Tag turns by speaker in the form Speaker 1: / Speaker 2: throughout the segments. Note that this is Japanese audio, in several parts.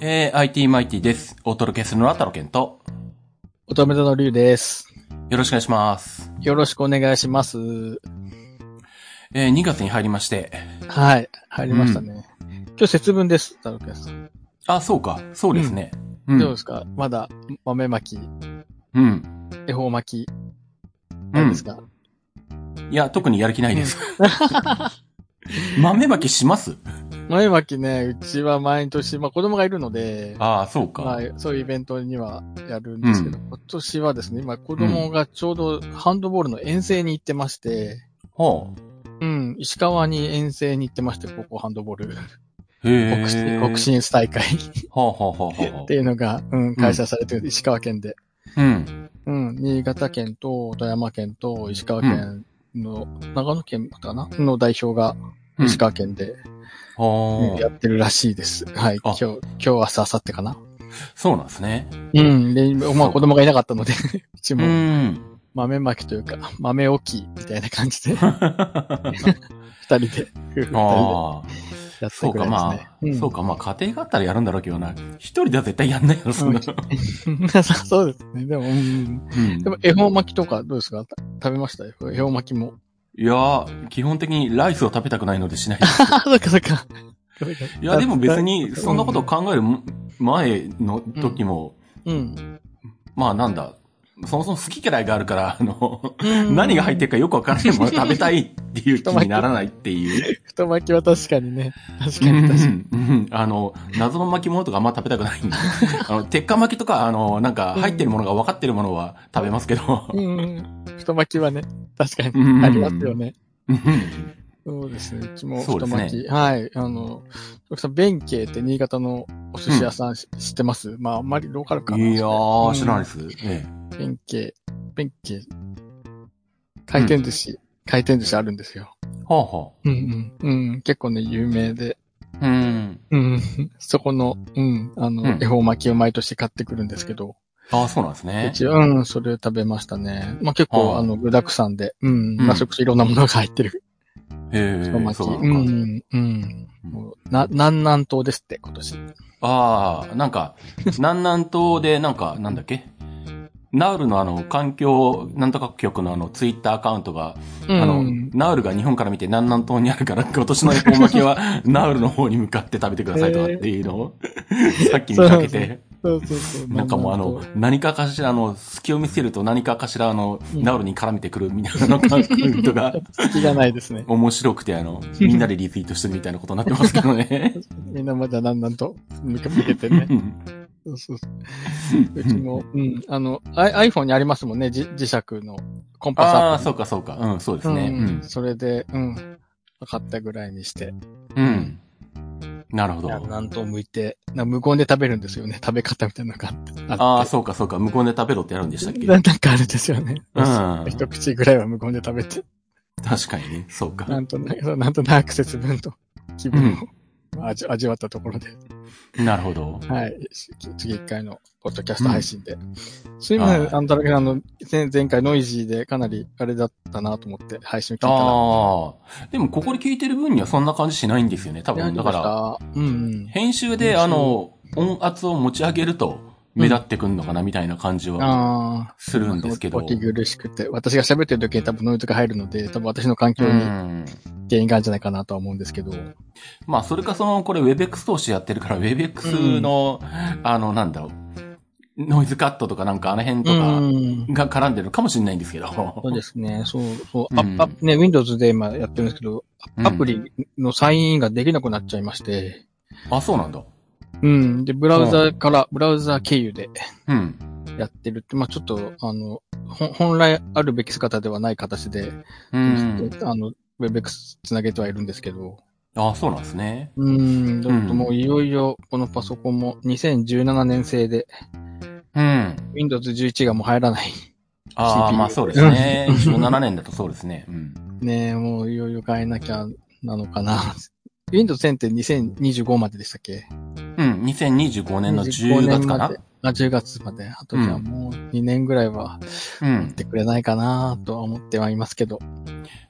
Speaker 1: えー、IT マイティです。お届けするのは太郎健と、
Speaker 2: 乙女座の竜です。
Speaker 1: よろしくお願いします。
Speaker 2: よろしくお願いします。
Speaker 1: えー、2月に入りまして、
Speaker 2: はい。入りましたね。今日節分です、太郎くんさん。
Speaker 1: あ、そうか、そうですね。うん。う
Speaker 2: どうで
Speaker 1: ん。
Speaker 2: すかまだ豆まき、
Speaker 1: うん。
Speaker 2: 恵方巻き、なんですか、
Speaker 1: いや、特にやる気ないです。 豆まきします
Speaker 2: 豆まきね、うちは毎年、まあ子供がいるので、
Speaker 1: ああ、そう
Speaker 2: まあ
Speaker 1: か。
Speaker 2: そういうイベントにはやるんですけど、今年はですね、今子供がちょうどハンドボールの遠征に行ってまして、
Speaker 1: ほ
Speaker 2: うん、石川に遠征に行ってまして、高校ハンドボール、
Speaker 1: う。へ
Speaker 2: 北
Speaker 1: え。
Speaker 2: 信北信越大会
Speaker 1: ほうほうほうほうほ
Speaker 2: っていうのが、うん、開催されてる、石川県で。
Speaker 1: う。うん。
Speaker 2: うん、新潟県と富山県と石川県の、長野県かなの代表が
Speaker 1: うん
Speaker 2: 石川県で、
Speaker 1: ほ
Speaker 2: や
Speaker 1: う。
Speaker 2: ってるらしいです。はい。
Speaker 1: あ
Speaker 2: 今日、今日、明日、明後日かな
Speaker 1: そうなんですね。
Speaker 2: うん。で、ま
Speaker 1: そ
Speaker 2: あ
Speaker 1: う
Speaker 2: 子供がいなかったので、 うち
Speaker 1: う
Speaker 2: も
Speaker 1: ん。
Speaker 2: 豆まきというか、豆置きみたいな感じで、
Speaker 1: あ
Speaker 2: 二人で、夫婦二人で
Speaker 1: あ。
Speaker 2: やって
Speaker 1: そう
Speaker 2: く
Speaker 1: か、
Speaker 2: れま
Speaker 1: ますあ
Speaker 2: ね。、ん
Speaker 1: そうか、まあ、家庭があったらやるんだろうけどな。一人では絶対やんないよ、そんなの。
Speaker 2: そうそうですね。でも、うん、
Speaker 1: うん
Speaker 2: でも、恵方巻きとかどうですかた食べました恵方巻きも。
Speaker 1: いやー、基本的にライスを食べたくないのでし ない。
Speaker 2: あ、そっかそっか。
Speaker 1: いや、でも別
Speaker 2: に。
Speaker 1: に、そんなことを考える前の時も、
Speaker 2: うん。
Speaker 1: まあなんだ、そもそも好き嫌いがあるから、あの、何が入ってるかよくわからないもの食べたいっていう気にならないっていう。
Speaker 2: 太巻きは確かにね。確
Speaker 1: う
Speaker 2: か
Speaker 1: んう
Speaker 2: に確かに。
Speaker 1: んうん あの、謎の巻き物とかあんま食べたくないんで。あの、鉄火巻きとか、あの、なんか入ってるものが分かってるものは食べますけど。
Speaker 2: うんうん。太巻きはね、確か
Speaker 1: うんうん
Speaker 2: にありますよね。
Speaker 1: うん
Speaker 2: そうですね。うちも
Speaker 1: そうで
Speaker 2: 太
Speaker 1: すね
Speaker 2: 巻き。はい。あの、徳さん、弁慶って新潟のお寿司屋さんし知ってますまあ、あんまりローカルかな。
Speaker 1: いやー、知らない
Speaker 2: い。
Speaker 1: です。ええ
Speaker 2: 弁慶、弁慶、回転寿司、回転寿司あるんですよ。
Speaker 1: ほうほ
Speaker 2: うんうん。うん。結構ね、有名で。
Speaker 1: う。うん。
Speaker 2: うん。そこの、うん。あ
Speaker 1: う
Speaker 2: の
Speaker 1: ん、
Speaker 2: 恵方巻きを毎年買ってくるんですけど。
Speaker 1: ああ、そうなんですね。
Speaker 2: 一応、うん、それを食べましたね。まあ結
Speaker 1: は
Speaker 2: 構、
Speaker 1: あ
Speaker 2: あの、具沢山で、うん、
Speaker 1: うん
Speaker 2: まあそれこそいろんなものが入ってる。
Speaker 1: え
Speaker 2: 太
Speaker 1: え
Speaker 2: 巻き。
Speaker 1: そうなの
Speaker 2: う
Speaker 1: か。
Speaker 2: ん、うん。もうな、南南東ですって、今年。
Speaker 1: ああ、なんか、南南東で、なんか、なんだっけナウルのあの、環境、なんとか局のあの、ツイッターアカウントが、
Speaker 2: うん、
Speaker 1: あの、ナウルが日本から見て南南東にあるから、今年の恵方巻き は、ナウルの方に向かって食べてくださいとかっていうのを、さっき見かけて、
Speaker 2: そうそうそう。
Speaker 1: なんかもうあの
Speaker 2: 南南、
Speaker 1: 何かかしらあの、隙を見せると何かかしらあの、
Speaker 2: うん
Speaker 1: ナウルに絡めてくるみたいなア カウントが、
Speaker 2: 東、好きじゃないですね。
Speaker 1: 面白くてあの、みんなでリツイートしてるみたいなことになってますけどね。
Speaker 2: みんなまだ南南東向け向け てね。そうそうそう。うちも、うん、あの、アイ iPhone にありますもんね、じ磁石のコンパス
Speaker 1: ああ、
Speaker 2: ア
Speaker 1: そうかそうか。うん、そうで
Speaker 2: プ
Speaker 1: す
Speaker 2: リ。
Speaker 1: ね。
Speaker 2: うん、それで、うん、分かったぐらいにして。
Speaker 1: うん。なるほど。
Speaker 2: 南東向いて、な無言で食べるんですよね。食べ方みたいなのがあって。
Speaker 1: ああ、
Speaker 2: っ
Speaker 1: そうかそうか。無言で食べろってやるんでしたってけ
Speaker 2: ななんかあるんですよね。
Speaker 1: うん
Speaker 2: 一口ぐらいは無言で食べて、
Speaker 1: 確かにね。そうか。
Speaker 2: なんとなく、なんとなく節分と気分を、味味わったところで、
Speaker 1: なるほど。
Speaker 2: はい、し次一回のポッドキャスト配信で。そういう意味
Speaker 1: はい
Speaker 2: で、あの、田中さんの前前回ノイジーでかなりあれだったなと思って配信聞いたら。
Speaker 1: ああ。でも、ここで聞いてる分にはそんな感じしないんですよね。多分、だから、
Speaker 2: ら、うんうん。
Speaker 1: 編集で、
Speaker 2: 編集
Speaker 1: あの、音圧を持ち上げると、目立ってくんのかな、みたいな感じは
Speaker 2: ああ。
Speaker 1: するんですけど。
Speaker 2: お聞き苦しくて、私が喋ってる時に多分ノイズが入るので、多分私の環
Speaker 1: う
Speaker 2: 境に
Speaker 1: ん。
Speaker 2: 原因があるんじゃないかなとは思うんですけど。
Speaker 1: まあ、それか、その、これ、WebX 投資やってるから、WebX の、あの、なんだろう。ノイズカットとかなんか、あの辺とか、
Speaker 2: ん。
Speaker 1: が絡んでるかもしれないんですけど。
Speaker 2: そうですね。そう、そうう。
Speaker 1: ん
Speaker 2: アップ、ね、Windows で今やってるんですけど、
Speaker 1: うん
Speaker 2: アプリのサインインができなくなっちゃいまして。
Speaker 1: あ、そうなんだ。
Speaker 2: うん。で、ブラウザから、ブラウザ経由で
Speaker 1: うん。
Speaker 2: やってるって、まあちょっと、あの、ほ本来あるべき姿ではない形で、
Speaker 1: うん。
Speaker 2: あの、WebX つなげてはいるんですけど、
Speaker 1: あ、そうなんですね。
Speaker 2: うん、ちょっと
Speaker 1: うん
Speaker 2: もういよいよこのパソコンも2017年製で、
Speaker 1: うん。
Speaker 2: Windows 11がもう入らない。
Speaker 1: ああ、
Speaker 2: CPU
Speaker 1: まあそうですね。17年だとそうですね。うん。
Speaker 2: ねえ、もういよいよ変えなきゃなのかな。Windows 10って2025まででしたっけ
Speaker 1: うん、2025年の10
Speaker 2: 25
Speaker 1: 月かな
Speaker 2: 年まであ、10月まで。あとじゃあもう2年ぐらいは
Speaker 1: う
Speaker 2: やっ
Speaker 1: ん。
Speaker 2: てくれないかなとは思ってはいますけど。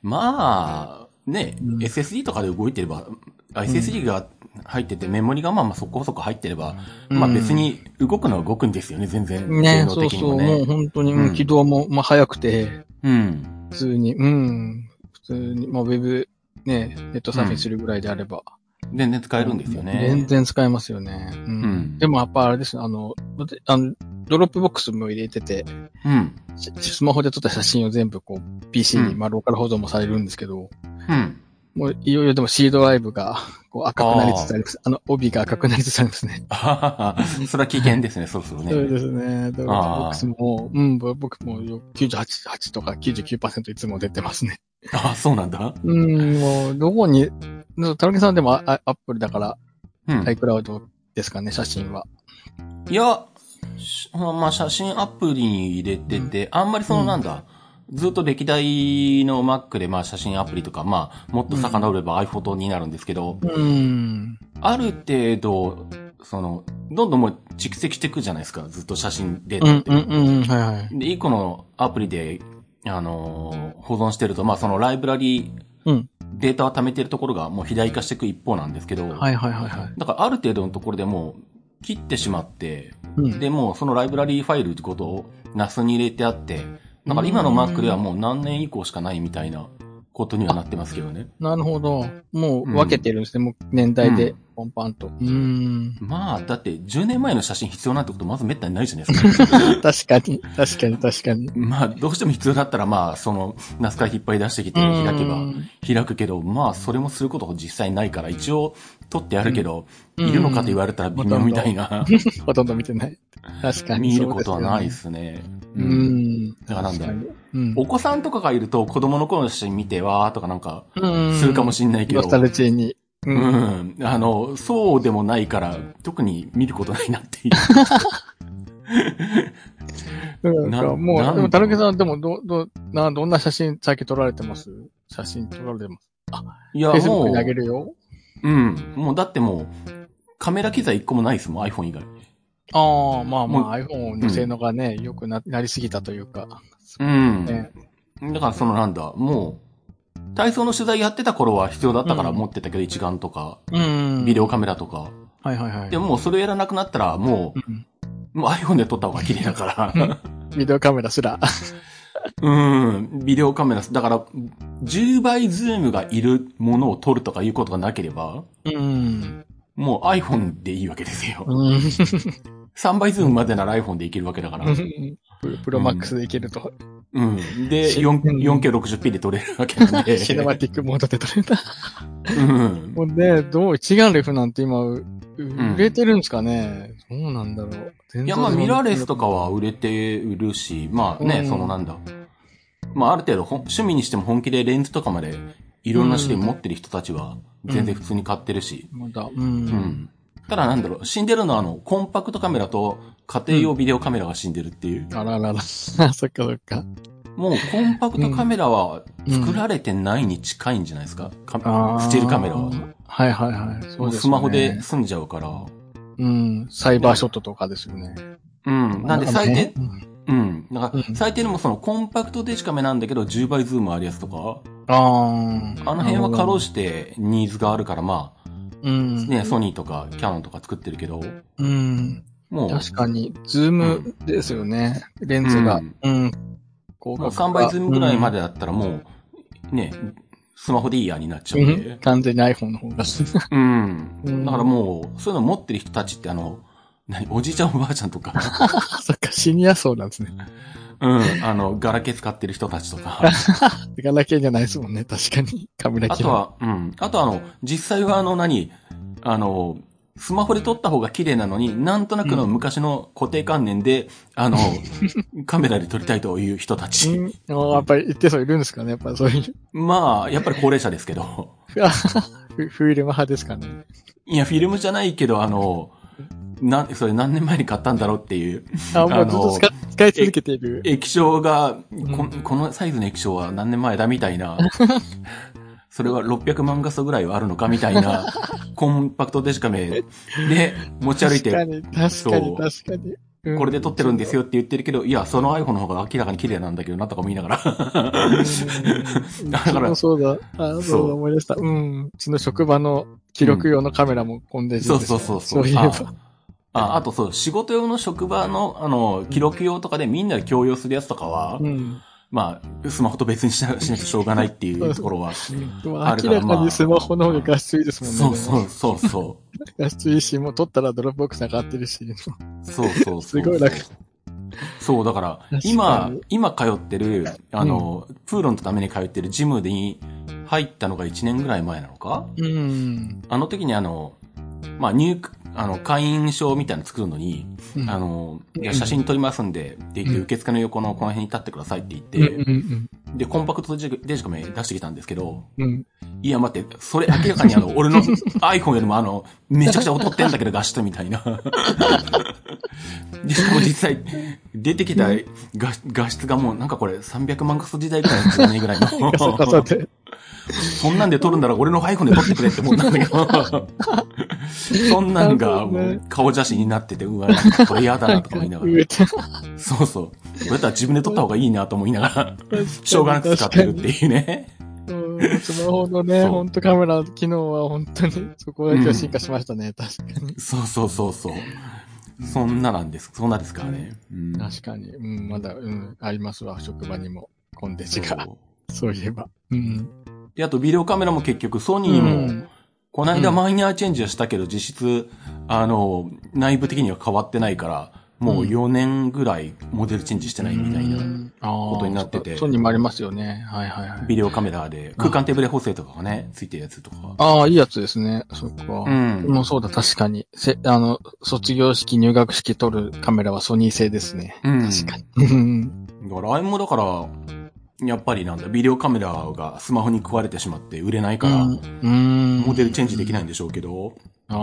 Speaker 1: まあ、ね、
Speaker 2: うん
Speaker 1: SSD とかで動いてれば、あ
Speaker 2: ん
Speaker 1: SSD が入ってて、メモリがまあまあそこそこ入ってれば、
Speaker 2: うん
Speaker 1: まあ別に動くのは動くんですよね、全然。
Speaker 2: ね
Speaker 1: 性能
Speaker 2: そう
Speaker 1: 的に
Speaker 2: そう、
Speaker 1: も
Speaker 2: もう
Speaker 1: ね。
Speaker 2: 本当に、
Speaker 1: うん
Speaker 2: うん起動も、まあ、早くて、
Speaker 1: うん。
Speaker 2: 普通に、うん、普通に、まあ、ウェブ、ね、ネットサーフィンするぐらいであれば。
Speaker 1: 全然使えるんですよ
Speaker 2: 全
Speaker 1: ね。
Speaker 2: 然使えますよね。う。
Speaker 1: うんん。
Speaker 2: でもやっぱあれですね、あの、私あのドロップボックスも入れてて、
Speaker 1: うん。
Speaker 2: しスマホで撮った写真を全部こう、PC に、
Speaker 1: うん
Speaker 2: まあ、ローカル保存もされるんですけど、
Speaker 1: うん。
Speaker 2: もういよいよでも C ドライブがこう赤くなりつつあります。あの、帯が赤くなりつつありますね。
Speaker 1: あはははそれは危険ですね、そろそろね。
Speaker 2: そうですね。ドロップボックスも、うん、ぼ僕もよ98、8とか99%いつも出てますね。
Speaker 1: あ、そうなんだ。
Speaker 2: うん、もう、どこに、たるきさんでもああアップルだから、
Speaker 1: うん。
Speaker 2: iCloud ですかね、写真は。
Speaker 1: いや、しまあ、写真アプリに入れてて、あんまりそのなんだ、ずっと歴代の Mac でまあ写真アプリとか、まあ、もっと遡れば iPhoto になるんですけど、
Speaker 2: うん。
Speaker 1: ある程度、その、どんどんもう蓄積していくじゃないですか、ずっと写真デー
Speaker 2: う
Speaker 1: タっ
Speaker 2: ん、
Speaker 1: て。
Speaker 2: うん、うん、はいはい。
Speaker 1: で、一個のアプリで、あのー保存してると、まあそのライブラリ
Speaker 2: うん
Speaker 1: データを貯めてるところがもう肥大化していく一方なんですけど、
Speaker 2: はいはいはいはい。
Speaker 1: だからある程度のところでもう切ってしまって、
Speaker 2: うん、
Speaker 1: で、もうそのライブラリーファイルごとを NAS に入れてあって、だから今の Mac ではもう何年以降しかないみたいなことにはなってますけどね。
Speaker 2: なるほど。もう
Speaker 1: うん
Speaker 2: 分けてるんですね。もう年代で、ポンパンと。うーん。
Speaker 1: まあ、だって10年前の写真必要なんてことまず滅多にないじゃないですか。
Speaker 2: 確かに、確かに、確かに。
Speaker 1: まあ、どうしても必要だったらまあ、その NAS から引っ張り出してきて開けば開くけど、まあ、それもすることは実際ないから、一応取ってあるけど、いるのかと言われたら微妙みたい な、
Speaker 2: れほとんど見てない。確かに。
Speaker 1: 見ることはないで
Speaker 2: そ
Speaker 1: す
Speaker 2: う
Speaker 1: ね。
Speaker 2: ですよね。
Speaker 1: うん
Speaker 2: うん。
Speaker 1: だからなんだ
Speaker 2: 確にうん。
Speaker 1: お子さんとかがいると子供の頃の写真見て、わーとかなんか、
Speaker 2: うん
Speaker 1: するかもしれないけど、
Speaker 2: ノスタルジーに。う。
Speaker 1: うんん。あの、そうでもないから、特に見ることないな っていう。
Speaker 2: うん
Speaker 1: な
Speaker 2: も
Speaker 1: な
Speaker 2: う、
Speaker 1: ん
Speaker 2: でも、たるけさん、でも、ど、ど、な、どんな写真、最近撮られてます写真撮られてます。
Speaker 1: いや、も
Speaker 2: Facebook にあげ
Speaker 1: う、
Speaker 2: るよ。
Speaker 1: うん。もうだってもう、カメラ機材一個もないですもん、iPhone 以外。
Speaker 2: ああ、まあ
Speaker 1: も
Speaker 2: まあ、iPhone の性能がね、良くな、なりすぎたというか。
Speaker 1: うん。
Speaker 2: ね
Speaker 1: だからそのなんだ、もう、体操の取材やってた頃は必要だったから
Speaker 2: うん
Speaker 1: 持ってたけど、一眼とか、
Speaker 2: うん
Speaker 1: ビデオカメラとか。
Speaker 2: はいはいはい。
Speaker 1: でももうそれやらなくなったら、も
Speaker 2: うん
Speaker 1: う、もう iPhone で撮った方が綺麗だか
Speaker 2: う
Speaker 1: ら
Speaker 2: ん。ビデオカメラすら。
Speaker 1: うん。ビデオカメラ、だから、10倍ズームがいるものを撮るとかいうことがなければ、
Speaker 2: うん。
Speaker 1: もう iPhone でいいわけですよ。
Speaker 2: うん。
Speaker 1: 3倍ズームまでなら iPhone でいけるわけだから。
Speaker 2: プロプロマックスでいけると、
Speaker 1: うん。で、4- 4K60p で撮れるわけなん で。
Speaker 2: シネマティックモードで撮 れた。
Speaker 1: うん。
Speaker 2: もうね、どう、一眼レフなんて今、う売れてるんですかね、どうなんだろう。全然
Speaker 1: いや、まあ、ミラーレスとかは売れてるし、まあね、
Speaker 2: うん
Speaker 1: そのなんだ。まあ、ある程度ほん、趣味にしても本気でレンズとかまで、いろんな種類持ってる人たちは、全然普通に買ってるし。
Speaker 2: まだ、う
Speaker 1: うん。
Speaker 2: ん。
Speaker 1: ただなんだろう、死んでるのはあの、コンパクトカメラと、家庭用ビデオカメラが死んでるっていう。
Speaker 2: あららら。 そっかそっか。
Speaker 1: もう、コンパクトカメラは、
Speaker 2: うん
Speaker 1: 作られてないに近いんじゃないですか、か
Speaker 2: あー
Speaker 1: スチールカメラは。
Speaker 2: はいはいはい。そう
Speaker 1: もう
Speaker 2: ですね
Speaker 1: スマホで。済んじゃうから。
Speaker 2: うん。サイバーショットとかですよね。
Speaker 1: うん。なんで最低、
Speaker 2: あのね
Speaker 1: うん。なんか
Speaker 2: うん
Speaker 1: 最低でもそのコンパクトデジカメなんだけど10倍ズームあるやつとか、
Speaker 2: あー
Speaker 1: あの辺はかろうじてニーズがあるからま
Speaker 2: うん
Speaker 1: あ、。ね、ソニーとかキャノンとか作ってるけど、
Speaker 2: うん。
Speaker 1: もう、
Speaker 2: 確かに、ズームですよね。レンズが。うん。こ
Speaker 1: もう3倍ズームぐらいまでだったらもう、ね、スマホでいいやになっちゃうんで。
Speaker 2: 完全に iPhone の方が。
Speaker 1: うん。
Speaker 2: うん
Speaker 1: だからもう、そういうの持ってる人たちってあの、何おじいちゃんおばあちゃんとか、
Speaker 2: そっか、シニア層なんですね。
Speaker 1: うん、あの、ガラケー使ってる人たちとか、
Speaker 2: ガラケーじゃないですもんね、確かに。カメラ
Speaker 1: あ
Speaker 2: 機
Speaker 1: と
Speaker 2: 能。
Speaker 1: は、うん。あとあの、実際はあの何、あの、スマホで撮った方が綺麗なのに、なんとなくの昔の固定観念で、あ の、カメラで撮りたいという人たち。
Speaker 2: うん、やっぱり一定層いるんですかね、やっぱそういう。
Speaker 1: まあ、やっぱり高齢者ですけ ど。
Speaker 2: あフフィルム派ですかね。
Speaker 1: いや、フィルムじゃないけど、あの、な、それ何年前に買ったんだろうっていう。
Speaker 2: あ、も
Speaker 1: あ
Speaker 2: う
Speaker 1: の
Speaker 2: ずっと使い使い続けている。
Speaker 1: 液晶が、
Speaker 2: う
Speaker 1: こ
Speaker 2: ん
Speaker 1: このサイズの液晶は何年前だみたい な。それは600万画素ぐらいはあるのかみたいな、 コンパクトデジカメで持ち歩い
Speaker 2: 確
Speaker 1: て
Speaker 2: かに、確か
Speaker 1: そう
Speaker 2: に、確かに。うん
Speaker 1: これで撮ってるんです。よって言ってるけど、いや、その iPhone の方が明らかに綺麗なんだけどなとか思いなが
Speaker 2: うん
Speaker 1: ら。だ
Speaker 2: うち
Speaker 1: から
Speaker 2: もそうだ。あ
Speaker 1: う
Speaker 2: そうだ、思い出した。うん。うちの職場の記録用のカメラもコンデンサ
Speaker 1: そ
Speaker 2: ー
Speaker 1: う
Speaker 2: です、
Speaker 1: そうそうそう。
Speaker 2: そういえば
Speaker 1: あああとそう、仕事用の職場の、あの、記録用とかでみんなで共用するやつとかは、
Speaker 2: うん。
Speaker 1: まあ、スマホと別にしなしなきゃしょうがないっていうところは、
Speaker 2: でも
Speaker 1: あるか
Speaker 2: 明
Speaker 1: ら
Speaker 2: ら
Speaker 1: まあ
Speaker 2: かにスマホの方が画質いいですもんね。
Speaker 1: そうそうそうそ
Speaker 2: 画質いいし、もう撮ったらドロップボックス上がってるし。
Speaker 1: う。そうそうそう。
Speaker 2: すごい楽。
Speaker 1: そう、だから、
Speaker 2: 確か
Speaker 1: 今
Speaker 2: に、
Speaker 1: 今通ってる、あの、プーロンのために通ってるジムに入ったのが1年ぐらい前なのか
Speaker 2: うん。
Speaker 1: あの時にあの、まあ、入、あの、会員証みたいなの作るのに、
Speaker 2: うん
Speaker 1: あ、の、いや、写真撮りますんで、って言って、
Speaker 2: うん
Speaker 1: 受付の横のこの辺に立ってくださいって言って、
Speaker 2: うんうん
Speaker 1: で、コンパクトデジデジカメ出してきたんですけど、
Speaker 2: うん。うん。
Speaker 1: いや、待って、それ明らかに あの、俺の iPhone よりもあの、めちゃくちゃ劣ってんだけど、画質みたいな。で、しかも実際、出てきた画画質がもうなんかこれ300万画素時代ぐらいのねぐらい の。
Speaker 2: ガサガサで。
Speaker 1: そんなんで撮るんなら俺の iPhone で撮ってくれって思ったんだけど。そんなんがもう顔写真になってて、うわ、なんかこれ嫌だなとか思いなが
Speaker 2: 植
Speaker 1: ら。
Speaker 2: えて
Speaker 1: そうそう。俺だったら自分で撮った方がいいなと思いながら、しょうがなく使ってるっていうね。
Speaker 2: うんスマホのね、
Speaker 1: そう
Speaker 2: ほんとカメラ、機能は本当にそこだけは進化しましたね、確かに。
Speaker 1: そうそうそうそう。そんななんです。そんなですからね。うん。
Speaker 2: 確かに、うん、まだ、うん、ありますわ、職場にも、コンデジが。そういえば。うん。
Speaker 1: で、あとビデオカメラも結局ソニーも、
Speaker 2: ん。
Speaker 1: この間
Speaker 2: うん
Speaker 1: マイナーチェンジはしたけど、実質、あの、内部的には変わってないから、もう
Speaker 2: うん
Speaker 1: 4年ぐらいモデルチェンジしてないみたいな。
Speaker 2: こと
Speaker 1: になってて
Speaker 2: ソニーもありますよね。はいはいはい。
Speaker 1: ビデオカメラで、空間テーブル補正とかがね、ついてるやつとか。
Speaker 2: ああ、いいやつですね。そっか。
Speaker 1: うん。
Speaker 2: もうそうだ、確かに。せ、あの、卒業式、入学式撮るカメラはソニー製ですね。
Speaker 1: うん。
Speaker 2: 確かに。うん。
Speaker 1: だから、あれもだから、やっぱりなんだ、ビデオカメラがスマホに食われてしまって売れないから、
Speaker 2: うん。。
Speaker 1: モデルチェンジできないいんでしょうけど、
Speaker 2: あ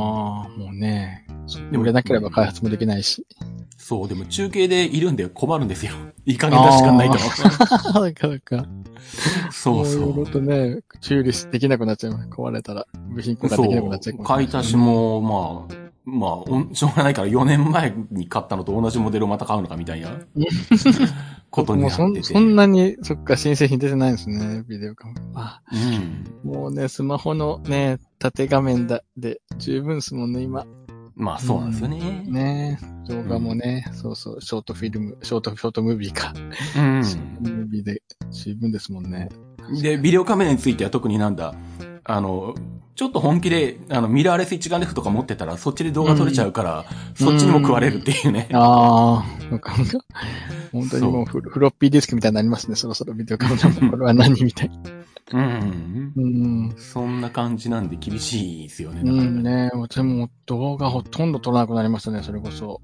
Speaker 2: あ、もうね。
Speaker 1: で
Speaker 2: で
Speaker 1: も
Speaker 2: も、売れなければ開発もできないし。
Speaker 1: そう、でも中継でいるんで困るんですよ。 いい加減出しかないと。
Speaker 2: なんか、なんか。
Speaker 1: そうそ
Speaker 2: いろいうろ。とね、修理できなくなっちゃう。壊れたら、部品交換できなくなっちゃう。
Speaker 1: 買い足しも、まあ、まあおん、しょうがないから4年前に買ったのと同じモデルをまた買うのかみたいなことに
Speaker 2: も
Speaker 1: なっ
Speaker 2: う
Speaker 1: て
Speaker 2: そん
Speaker 1: て。
Speaker 2: そんなに、そっか、新製品出てないんですね、ビデオカメラ。あ
Speaker 1: うん。
Speaker 2: もうね、スマホのね、縦画面だ、で、十分ですもんね、今。
Speaker 1: まあそうなんですよね。
Speaker 2: ね動画もね、そうそう、ショートフィルム、ショート、ショートムービーか。ショートムービーで十分ですもんね。
Speaker 1: うん。で、ビデオカメラについては特になんだ、あの、ちょっと本気で、あの、ミラーレス一眼レフとか持ってたら、そっちで動画撮れちゃうから、
Speaker 2: うん
Speaker 1: そっちにも食われるっていうね。
Speaker 2: ああ、なんか、なんか本当にもうフロフロッピーディスクみたいになりますね、そろそろビデオカメラも。これは何みたいな。
Speaker 1: うん。
Speaker 2: うん。
Speaker 1: そんな感じなんで厳しいですよね、
Speaker 2: う
Speaker 1: なかなか
Speaker 2: んね、私も動画ほとんど撮らなくなりましたね、それこそ。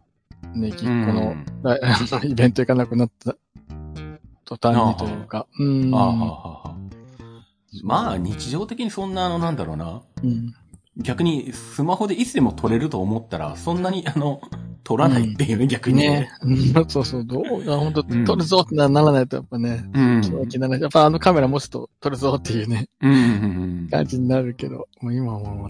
Speaker 2: ね、きこの、あのイベント行かなくなった途端にというか。うん。
Speaker 1: ああはあはあまあ、日常的にそんな、あの、なんだろうな。
Speaker 2: うん
Speaker 1: 逆に、スマホでいつでも撮れると思ったら、そんなに、あの、撮らないっていうね、逆に
Speaker 2: ね
Speaker 1: ね。、
Speaker 2: うんそうそう、動画本当
Speaker 1: うん
Speaker 2: 撮るぞってなならないとやっぱね、
Speaker 1: うん。
Speaker 2: 気持ちにならない。やっぱあのカメラ持つと撮るぞっていうね、
Speaker 1: うんうんうん。
Speaker 2: 感じになるけど、もう今はもうほ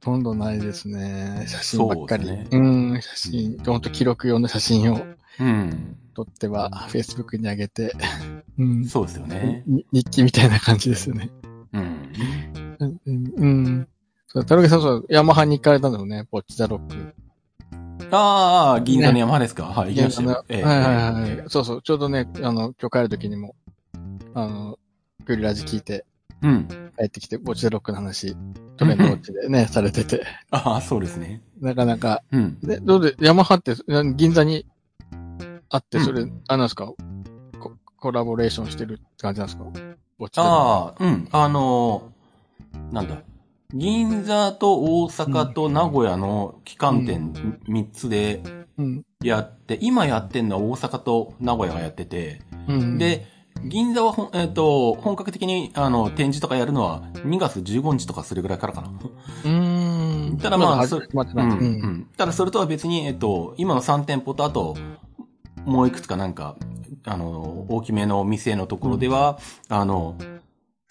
Speaker 2: とんどないですね。写真ばっかり。
Speaker 1: そうですね
Speaker 2: うん、写真、本当記録用の写真を
Speaker 1: うん。
Speaker 2: 撮っては、Facebook に上げて、うん。
Speaker 1: そうですよね。
Speaker 2: に日記みたいな感じですよね。
Speaker 1: うん。
Speaker 2: うん。うん。そう、たるさんそう、ヤマハに行かれたんだよね、ポッチザロック。
Speaker 1: ああ、銀座の山ですか。はい、行きました
Speaker 2: あの
Speaker 1: よ
Speaker 2: は。
Speaker 1: え
Speaker 2: い
Speaker 1: え
Speaker 2: はいはい。そうそう、ちょうどね、あの、今日帰る時にも、あの、グリラジ聞いて、
Speaker 1: うん。
Speaker 2: 帰ってきて、ポッチザロックの話、トレンドウォッチでね、されてて、
Speaker 1: ああ、そうですね。
Speaker 2: なかなか、
Speaker 1: うん。
Speaker 2: で、どうで、ヤマハって、な銀座にあって、
Speaker 1: うん
Speaker 2: それ、あ、なんですかコ、コラボレーションしてるって感じなんですかポッチザロック。
Speaker 1: ああ、うん。あのーなんだ。銀座と大阪と名古屋の期間店3つで
Speaker 2: うん。
Speaker 1: やって、今やってんのは大阪と名古屋がやってて、
Speaker 2: うん。、
Speaker 1: で、銀座はほん、えっ、と、本格的に、あの、展示とかやるのは2月15日とかするぐらいからかな。
Speaker 2: うーん。
Speaker 1: ただまあ
Speaker 2: だ
Speaker 1: そ
Speaker 2: 始まって
Speaker 1: う
Speaker 2: ない。
Speaker 1: ん、
Speaker 2: う。
Speaker 1: うんん。ただそれとは別に、えっ、と、今の3店舗とあと、もういくつかなんか、あの、大きめの店のところでは、あの、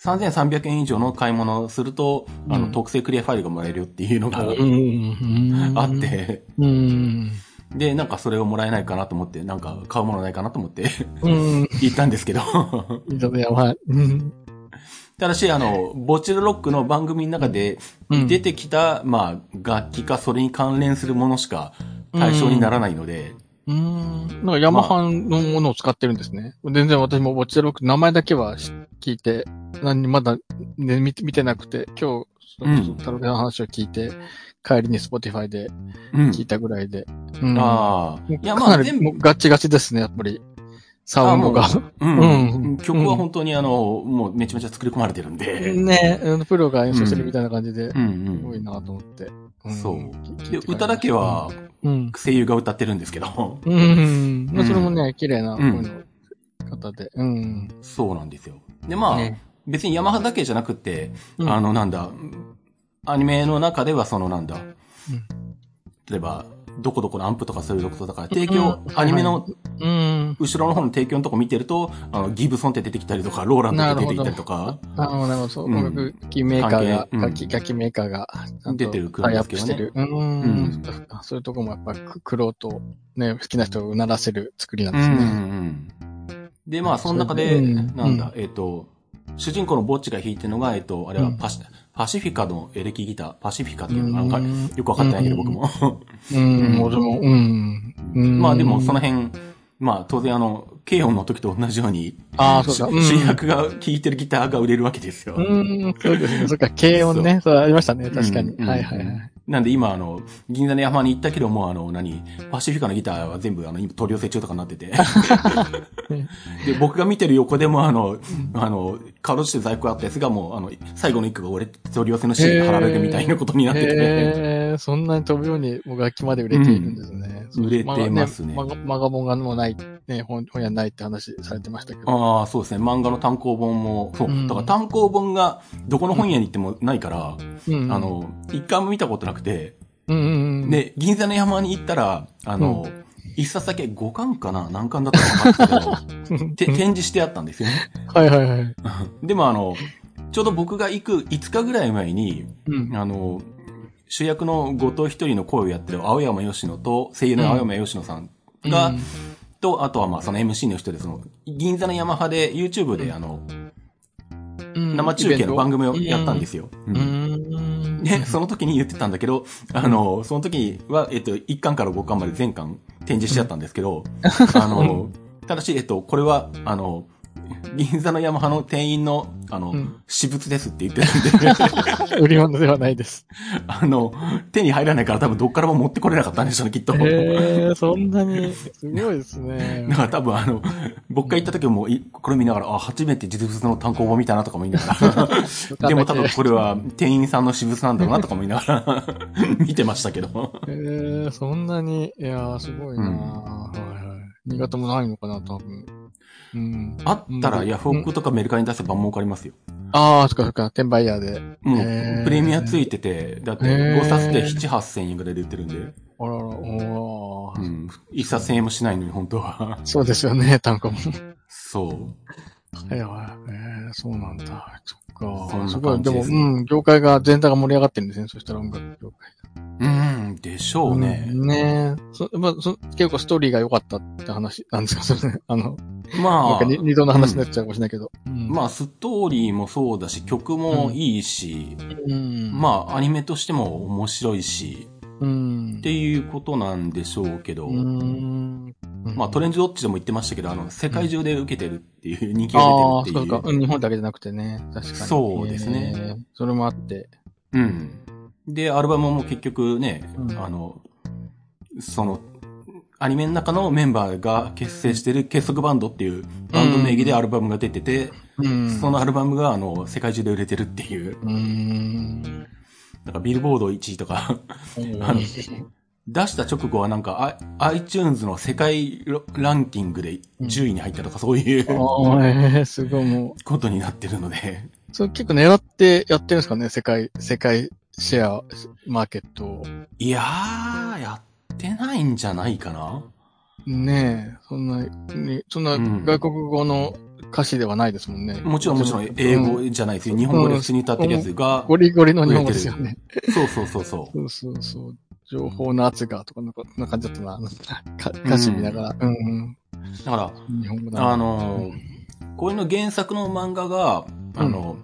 Speaker 1: 3300円以上の買い物をすると、あの、
Speaker 2: うん
Speaker 1: 特製クリアファイルがもらえるよっていうのが
Speaker 2: うん
Speaker 1: あっ。て、
Speaker 2: うん。
Speaker 1: で、なんかそれをもらえないかなと思って、なんか買うものないかなと思って
Speaker 2: うん。
Speaker 1: 行ったんですけど、
Speaker 2: ちょっとやばい。うん。
Speaker 1: ただし、あの、ボチルロックの番組の中で
Speaker 2: うん
Speaker 1: 出てきた、まあ、楽器かそれに関連するものしか対象にならないので、
Speaker 2: うーん。なんかヤマハのものを使ってるんですね。全然私もボッチャロック、名前だけは知聞いて、何にまだ、ね、見て見てなくて、今日、そ
Speaker 1: うん
Speaker 2: のタロケの話を聞いて、帰りに Spotify で
Speaker 1: うん。
Speaker 2: 聞いたぐらいで。うん
Speaker 1: ああ。
Speaker 2: も
Speaker 1: いうや、
Speaker 2: か
Speaker 1: ま
Speaker 2: な
Speaker 1: あ、
Speaker 2: り
Speaker 1: 全
Speaker 2: も
Speaker 1: 部
Speaker 2: う、ガチガチですね、やっぱり。サウンドが。
Speaker 1: うん
Speaker 2: うん
Speaker 1: 曲は本当にあの、もうめちゃめちゃ作り込まれてるんで。
Speaker 2: ねうんプロが演奏してるみたいな感じで
Speaker 1: う、ん
Speaker 2: すご
Speaker 1: う
Speaker 2: いなと思って。ん
Speaker 1: そう。ん。
Speaker 2: 聞
Speaker 1: で、
Speaker 2: いて帰りました
Speaker 1: 歌だけは、
Speaker 2: うん。
Speaker 1: 声優が歌ってるんですけど。
Speaker 2: うん。まあ、
Speaker 1: うん
Speaker 2: それもね、綺麗な
Speaker 1: うん
Speaker 2: 声の方で。うん。
Speaker 1: そうなんですよ。で、まあ、
Speaker 2: ね
Speaker 1: 別にヤマハだけじゃなくて、
Speaker 2: うん
Speaker 1: あの、なんだ、アニメの中ではそのなんだ、例えば、どこどこのアンプとかそういうとことだから、提供、
Speaker 2: うん
Speaker 1: アニメの
Speaker 2: うん。
Speaker 1: 後ろの方の提供のとこ見てると、あの、ギブソンって出てきたりとか、ローランドって出てきたりとか、
Speaker 2: あの、なんかそう、
Speaker 1: うん
Speaker 2: 音楽機メーカーが、
Speaker 1: 関係うん
Speaker 2: 楽器、楽器メーカーが、ちゃんと
Speaker 1: 出てるくら
Speaker 2: タ
Speaker 1: い
Speaker 2: イ
Speaker 1: で
Speaker 2: ア
Speaker 1: す
Speaker 2: ッ
Speaker 1: け
Speaker 2: プ
Speaker 1: ど
Speaker 2: し
Speaker 1: ね
Speaker 2: てる。うー
Speaker 1: うん
Speaker 2: ん。そっかそういうとこもやっぱ、く苦労と、ね、好きな人をうならせる作りなん
Speaker 1: うんう
Speaker 2: です
Speaker 1: ん
Speaker 2: ね。
Speaker 1: うんで、まあ、その中で、
Speaker 2: うん
Speaker 1: なんだ、
Speaker 2: う
Speaker 1: えっと、主人公のぼっちが弾いてるのが、えっと、あれは
Speaker 2: うん
Speaker 1: パシ、パシフィカのエレキギター、パシフィカっていううのがなん
Speaker 2: ん。
Speaker 1: か、よくわかってないけど、
Speaker 2: うん
Speaker 1: 僕。も。
Speaker 2: うん、俺も、うん。う ん
Speaker 1: まあでも、その辺、まあ当然あの、軽音の時と同じように、
Speaker 2: ああ、そう
Speaker 1: 主
Speaker 2: か。うん
Speaker 1: 主役が聴いてるギターが売れるわけですよ。
Speaker 2: うん、そうですね。そっか、軽音ね。そう、ありましたね。確かに。
Speaker 1: うん
Speaker 2: はいはいはい。
Speaker 1: なんで今あの、銀座の山に行ったけども、あの、何、パシフィカのギターは全部あの、今取り寄せ中とかになってて。で、僕が見てる横でもあの、あの、かろうじて在庫あったやつがもう、あの、最後の一個が俺、取り寄せのシーンに貼られるみたいなことになってて。
Speaker 2: へえ、そんなに飛ぶように、もう楽器まで売れているんですね。そう
Speaker 1: 売れてますね
Speaker 2: まがマガモンがもうない、ね、本本屋ないって話されてましたけど。
Speaker 1: ああ、そうですね。漫画の単行本も、そうう。
Speaker 2: ん
Speaker 1: だから単行本が、どこの本屋に行ってもないから、
Speaker 2: うん
Speaker 1: あ、の、一回も見たことなくて、
Speaker 2: うんうん うん。
Speaker 1: で、銀座の山に行ったら、あの、一冊だけ5巻かな何巻だったか分かんないけ どて、展示してあったんですよね。
Speaker 2: はいはいはい。
Speaker 1: でもあの、ちょうど僕が行く5日ぐらい前に、
Speaker 2: うん。
Speaker 1: あの、主役の後藤一人の声をやってる青山吉野と、声優の青山吉野さんが、
Speaker 2: うん。
Speaker 1: と、あとはまあその MC の人で、その、銀座の山派で YouTube であの、生中継の番組をやったんですすよ。う
Speaker 2: う
Speaker 1: ん
Speaker 2: ん。
Speaker 1: で、その時に言ってたんだけど、あの、その時は、えっと、1巻から5巻まで全巻展示しちゃったんですけど、あの、ただし、えっと、これは、あの、銀座のヤマハの店員の、あの、
Speaker 2: うん
Speaker 1: 私物ですって言って たんで、
Speaker 2: 売り物ではないです。
Speaker 1: あの、手に入らないから多分どっからも持ってこれなかったんでしょうね、きっと。
Speaker 2: へ
Speaker 1: だ
Speaker 2: え、そんなに、すごいですね。
Speaker 1: から多分あの、僕が行った時もいこれ見ながら、あ、初めて実物の単行本見たなとかも言いなが ら、 でも多分これは店員さんの私物なんだろうなとかも言いながら、 見てましたけど。
Speaker 2: へえ、そんなに、いやー、すごいなーはいはい。新潟もないのかな、多分。うん。
Speaker 1: あったら
Speaker 2: うん
Speaker 1: ヤフオクとかメルカリに出せば儲かりますよ。
Speaker 2: ああ、そっかそっか、転売ヤーで。
Speaker 1: も
Speaker 2: へ
Speaker 1: う
Speaker 2: ー
Speaker 1: プレミアついてて、だって
Speaker 2: へー
Speaker 1: 5冊で7、8千円ぐらいで売ってるんで、
Speaker 2: あらら、お
Speaker 1: う
Speaker 2: ー。
Speaker 1: ん。1冊千円もしないのに本当は。
Speaker 2: そうですよね、単価も。
Speaker 1: そ
Speaker 2: はいはい。えー、そうなんだ。そっ
Speaker 1: そん
Speaker 2: か。
Speaker 1: な
Speaker 2: すごい。
Speaker 1: 感じ
Speaker 2: で
Speaker 1: で
Speaker 2: も、
Speaker 1: す
Speaker 2: うん、業界が、全体が盛り上がってるんですね。そしたら音楽業界。
Speaker 1: う。うん、でしょうね。
Speaker 2: んねえ。そまあ、そ結構ストーリーが良かったって話なんですか、それね。 あの、なん
Speaker 1: ま
Speaker 2: か
Speaker 1: あ、
Speaker 2: に二度の話になっちゃうかもしれないけど。
Speaker 1: まあストーリーもそうだし、曲もいいし、
Speaker 2: あ、うん。
Speaker 1: まあアニメとしても面白いし、
Speaker 2: あ、うん。
Speaker 1: っていうことなんでしょうけど、
Speaker 2: うん。
Speaker 1: まあト
Speaker 2: れ
Speaker 1: レンドウォッチでも言ってましたけど、あの、世界中で受けてるっていう、人気が
Speaker 2: ああ、
Speaker 1: 出てる
Speaker 2: そ
Speaker 1: っ
Speaker 2: う
Speaker 1: てい
Speaker 2: か
Speaker 1: う。。
Speaker 2: うん日本だけじゃなくてね。確かに。
Speaker 1: そうですね
Speaker 2: えー。それもあって。
Speaker 1: うん。で、アルバムも結局ね、
Speaker 2: うん
Speaker 1: あの、その、アニメの中のメンバーが結成してる結束バンドっていうバンド名義でアルバムが出てて、
Speaker 2: うん
Speaker 1: そのアルバムがあの、世界中で売れてるっていう、
Speaker 2: うん。
Speaker 1: なんかビルボード1位とか、あの
Speaker 2: う
Speaker 1: 出した直後はなんか、I、iTunes の世界ランキングで10位に入ったとかそうい
Speaker 2: ん。
Speaker 1: う
Speaker 2: ああ、えー、すごいもう。
Speaker 1: ことになってるので、
Speaker 2: それ結構狙ってやってるんですかね世界、世界シェア、マーケットを。
Speaker 1: いやー、やってないんじゃないかな
Speaker 2: ねえ、そんな、ねそんな
Speaker 1: うん
Speaker 2: 外国語の歌詞ではないですもんね。
Speaker 1: もちろんもちろん英
Speaker 2: う
Speaker 1: 語じゃないですよ。日本語で普通に歌ってるやつが、
Speaker 2: ゴリゴリの日本語ですよね。
Speaker 1: そうそうそうそう。
Speaker 2: そうそうそう。情報の圧がとか、なんか、なんか感じだったな。なんか歌詞見ながら。うん、
Speaker 1: だか
Speaker 2: うん日本語だ
Speaker 1: ら、
Speaker 2: な。
Speaker 1: あのー、こういうの原作の漫画が、あの、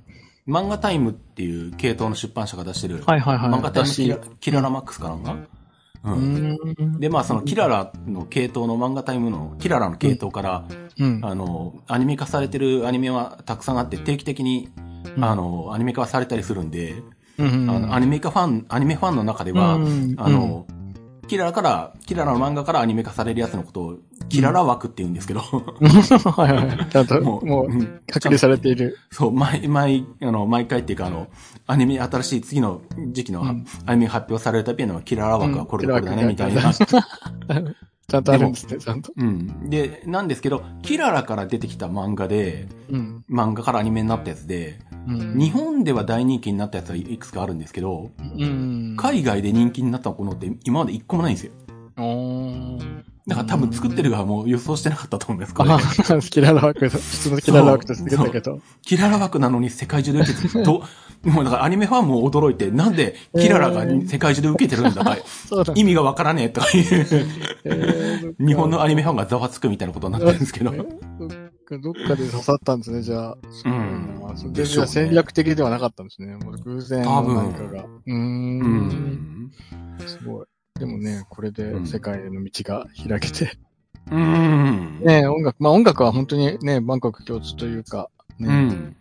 Speaker 1: 漫画タイムっていう系統の出版社が出してる、
Speaker 2: はいはいはい。
Speaker 1: 漫画タイムキラ
Speaker 2: だし
Speaker 1: キララマックスかなんか、う、
Speaker 2: うんん。
Speaker 1: で、まあそのキララの系統の漫画タイムの、キララの系統から、
Speaker 2: うん。
Speaker 1: あの、アニメ化されてるアニメはたくさんあって、定期的に、
Speaker 2: うん
Speaker 1: あの、アニメ化はされたりするんで、
Speaker 2: うん。
Speaker 1: あのアニメ化ファン、アニメファンの中では、
Speaker 2: うん
Speaker 1: あの、キララから、キララの漫画からアニメ化されるやつのことを、キララ枠って言うんですけど、
Speaker 2: はいはい。ちゃんと、
Speaker 1: もう
Speaker 2: もう
Speaker 1: うん、
Speaker 2: 隔離されている。
Speaker 1: そう、毎、毎、あの、毎回っていうか、あの、アニメ、新しい次の時期の
Speaker 2: うん
Speaker 1: アニメが発表されるたびのキララ枠はこれだ、これだね、
Speaker 2: うん
Speaker 1: みたい な。
Speaker 2: ちゃんとあるん ですね、ちゃんと。
Speaker 1: うん。で、なんですけど、キララから出てきた漫画で、
Speaker 2: うん。
Speaker 1: 漫画からアニメになったやつで、
Speaker 2: うん
Speaker 1: 日本では大人気になったやつはいくつかあるんですけど、
Speaker 2: うん。
Speaker 1: 海外で人気になったものって今まで一個もないんですよ。
Speaker 2: お
Speaker 1: だから多分作ってる側も予想してなかったと思うんです、これ
Speaker 2: あ。 好きなラワーク、普通のキララワークとしてたけど。
Speaker 1: キララ枠なのに世界中で受けてる。ど、 もうだからアニメファンも驚いて、なんでキララが世界中で受けてるんだ か、
Speaker 2: そうだ
Speaker 1: 意味がわからねえとかいう、日本のア
Speaker 2: ニ
Speaker 1: ニメファンがざわつくみたいなことになってるんですけど。
Speaker 2: どっかで刺さったんですね、じゃあ。
Speaker 1: ん
Speaker 2: そう
Speaker 1: で
Speaker 2: で
Speaker 1: しょうね
Speaker 2: 戦略的ではなかったんですね。もう偶然
Speaker 1: 多
Speaker 2: の
Speaker 1: 分
Speaker 2: なんかが。うー。
Speaker 1: うんん。
Speaker 2: すごい。でもね、これで世界への道が開けて。
Speaker 1: うん。
Speaker 2: ね音楽、まあ音楽は本当にね、万国共通というか、
Speaker 1: う
Speaker 2: ね、
Speaker 1: ん。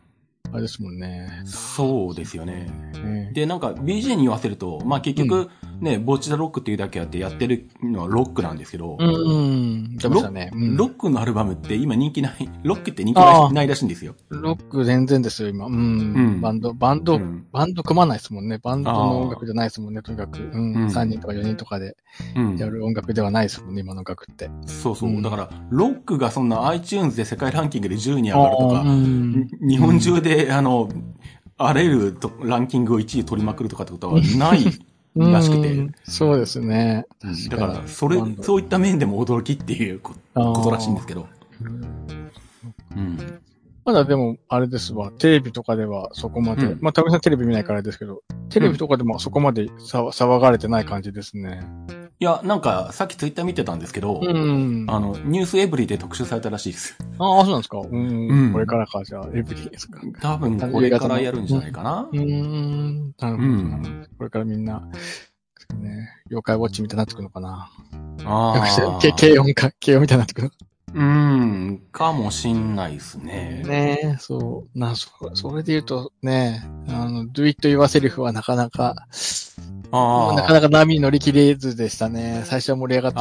Speaker 2: あれですもんね。
Speaker 1: そうですよね。
Speaker 2: ね
Speaker 1: で、なんか BJ に言わせると、まあ結局ね、ボッチザロックっていうだけあってやってるのはロックなんですけど、
Speaker 2: うんうん。出ましたね。うん
Speaker 1: ロックのアルバムって今人気ない、ロックって人気
Speaker 2: あ
Speaker 1: な
Speaker 2: あ
Speaker 1: いないらしいんですよ。
Speaker 2: ロック全然ですよ、今。うん。
Speaker 1: うん
Speaker 2: バンド、バンド、
Speaker 1: うん
Speaker 2: バンド組まないですもんね。バンド
Speaker 1: あー
Speaker 2: の音楽じゃないですもんね、とにかく。うん。
Speaker 1: うん
Speaker 2: 3人とか4人とかで
Speaker 1: うん
Speaker 2: やる音楽ではないですもんね、今の楽って。
Speaker 1: そうそう。
Speaker 2: うん
Speaker 1: だから、ロックがそんな iTunes で世界ランキングで10位に上がると
Speaker 2: あーう
Speaker 1: か、
Speaker 2: ん
Speaker 1: 日本中で、あの、あらゆるとランキングを1位取りまくるとかってことはないらしく
Speaker 2: う
Speaker 1: て
Speaker 2: ん。そうですね。
Speaker 1: だ
Speaker 2: 確か
Speaker 1: か
Speaker 2: に
Speaker 1: ら、それ
Speaker 2: バン、ド
Speaker 1: そういった面でも驚きっていうこ
Speaker 2: あー
Speaker 1: ことらしいんですけど。うん。
Speaker 2: まだでも、あれですわ、テレビとかではそこまで、
Speaker 1: うん
Speaker 2: まあ、たぶさんテレビ見ないからあれですけど、テレビとかでもそこまでさ騒がれてない感じですね。
Speaker 1: いや、なんか、さっきツイッター見てたんですけど、
Speaker 2: うん。
Speaker 1: あの、ニュースエブリで特集されたらしいです。
Speaker 2: ああ、そうなんですか。うん。
Speaker 1: うん
Speaker 2: これからか、じゃあ、エブリィですか。
Speaker 1: 多分、これからやるんじゃないかな
Speaker 2: う。ーん。なるほど。
Speaker 1: うん
Speaker 2: これからみんな、ね、妖怪ウォッチみたいになってくのかな。
Speaker 1: ああ。
Speaker 2: け軽音か、軽音みたいになってくの。
Speaker 1: うん、かもしんないですね。
Speaker 2: ねえ、そう。な、そ、それで言うとね、あの、do it yourself はなかなか、
Speaker 1: ああ。
Speaker 2: なかなか波に乗り切れずでしたね。最初は盛り上がって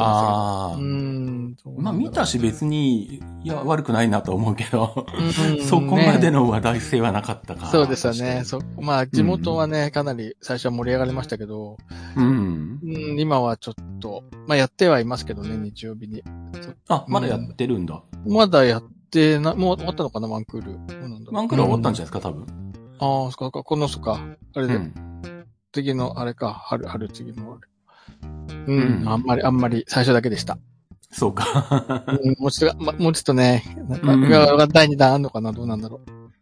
Speaker 1: あ
Speaker 2: ました
Speaker 1: あ
Speaker 2: けど。うーん。どう
Speaker 1: ま
Speaker 2: な
Speaker 1: あ
Speaker 2: んだろ
Speaker 1: 見
Speaker 2: う
Speaker 1: たし別に、いや、悪くないなと思うけど、
Speaker 2: うん
Speaker 1: そこまで
Speaker 2: ね
Speaker 1: の話題性はなかったか。
Speaker 2: そうでしたね。そまあ、地元はね、かなり最初は盛り上がりましたけど、
Speaker 1: うん
Speaker 2: う。ん、今はちょっと、まあやってはいますけどね、日曜日に。
Speaker 1: あ、まだやってるんだ。
Speaker 2: まだやってな、もう終わったのかな、ワンクール。どうなんだろう
Speaker 1: ワンクールは終わったんじ
Speaker 2: じ
Speaker 1: ゃないですか、多分。
Speaker 2: ゃん。ああ、そっか、この、そっか。あれ
Speaker 1: う
Speaker 2: で、
Speaker 1: ん。
Speaker 2: 次の、あれか、春、春次のあれ。うん、
Speaker 1: うん
Speaker 2: あんまり、あんまり、最初だけでした。
Speaker 1: そうか。
Speaker 2: うん、もうちょっと、ま、もうちょっとね、なんか、
Speaker 1: うん
Speaker 2: が第2弾あんのかな、どうなんだろ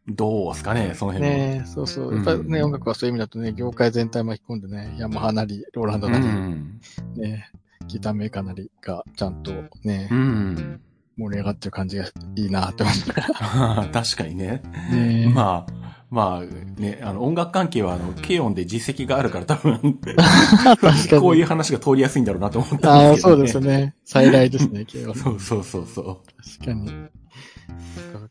Speaker 1: どうすかね、その
Speaker 2: う。
Speaker 1: 辺は。
Speaker 2: ねえそうそう。やっぱりね、
Speaker 1: うん
Speaker 2: 音楽はそういう意味だとね、業界全体巻き込んでね、ヤマハなり、ローランド
Speaker 1: う
Speaker 2: なり、
Speaker 1: ん。
Speaker 2: ね、ギターメーカーなりが、ちゃんとね
Speaker 1: う、ん。
Speaker 2: 盛り上がってる感じがいいなって思った。
Speaker 1: 確かにね。
Speaker 2: ねえ
Speaker 1: まあ、まあね、あの音楽関係は、あの、軽音で実績があるから多分、
Speaker 2: 確かに
Speaker 1: こういう話が通りやすいんだろうなと思った
Speaker 2: あ
Speaker 1: ん
Speaker 2: あ
Speaker 1: で
Speaker 2: ー、
Speaker 1: すけど、
Speaker 2: そう
Speaker 1: ね。
Speaker 2: ですね。再来です ね、軽音。
Speaker 1: そうそうそうそう。
Speaker 2: 確かに。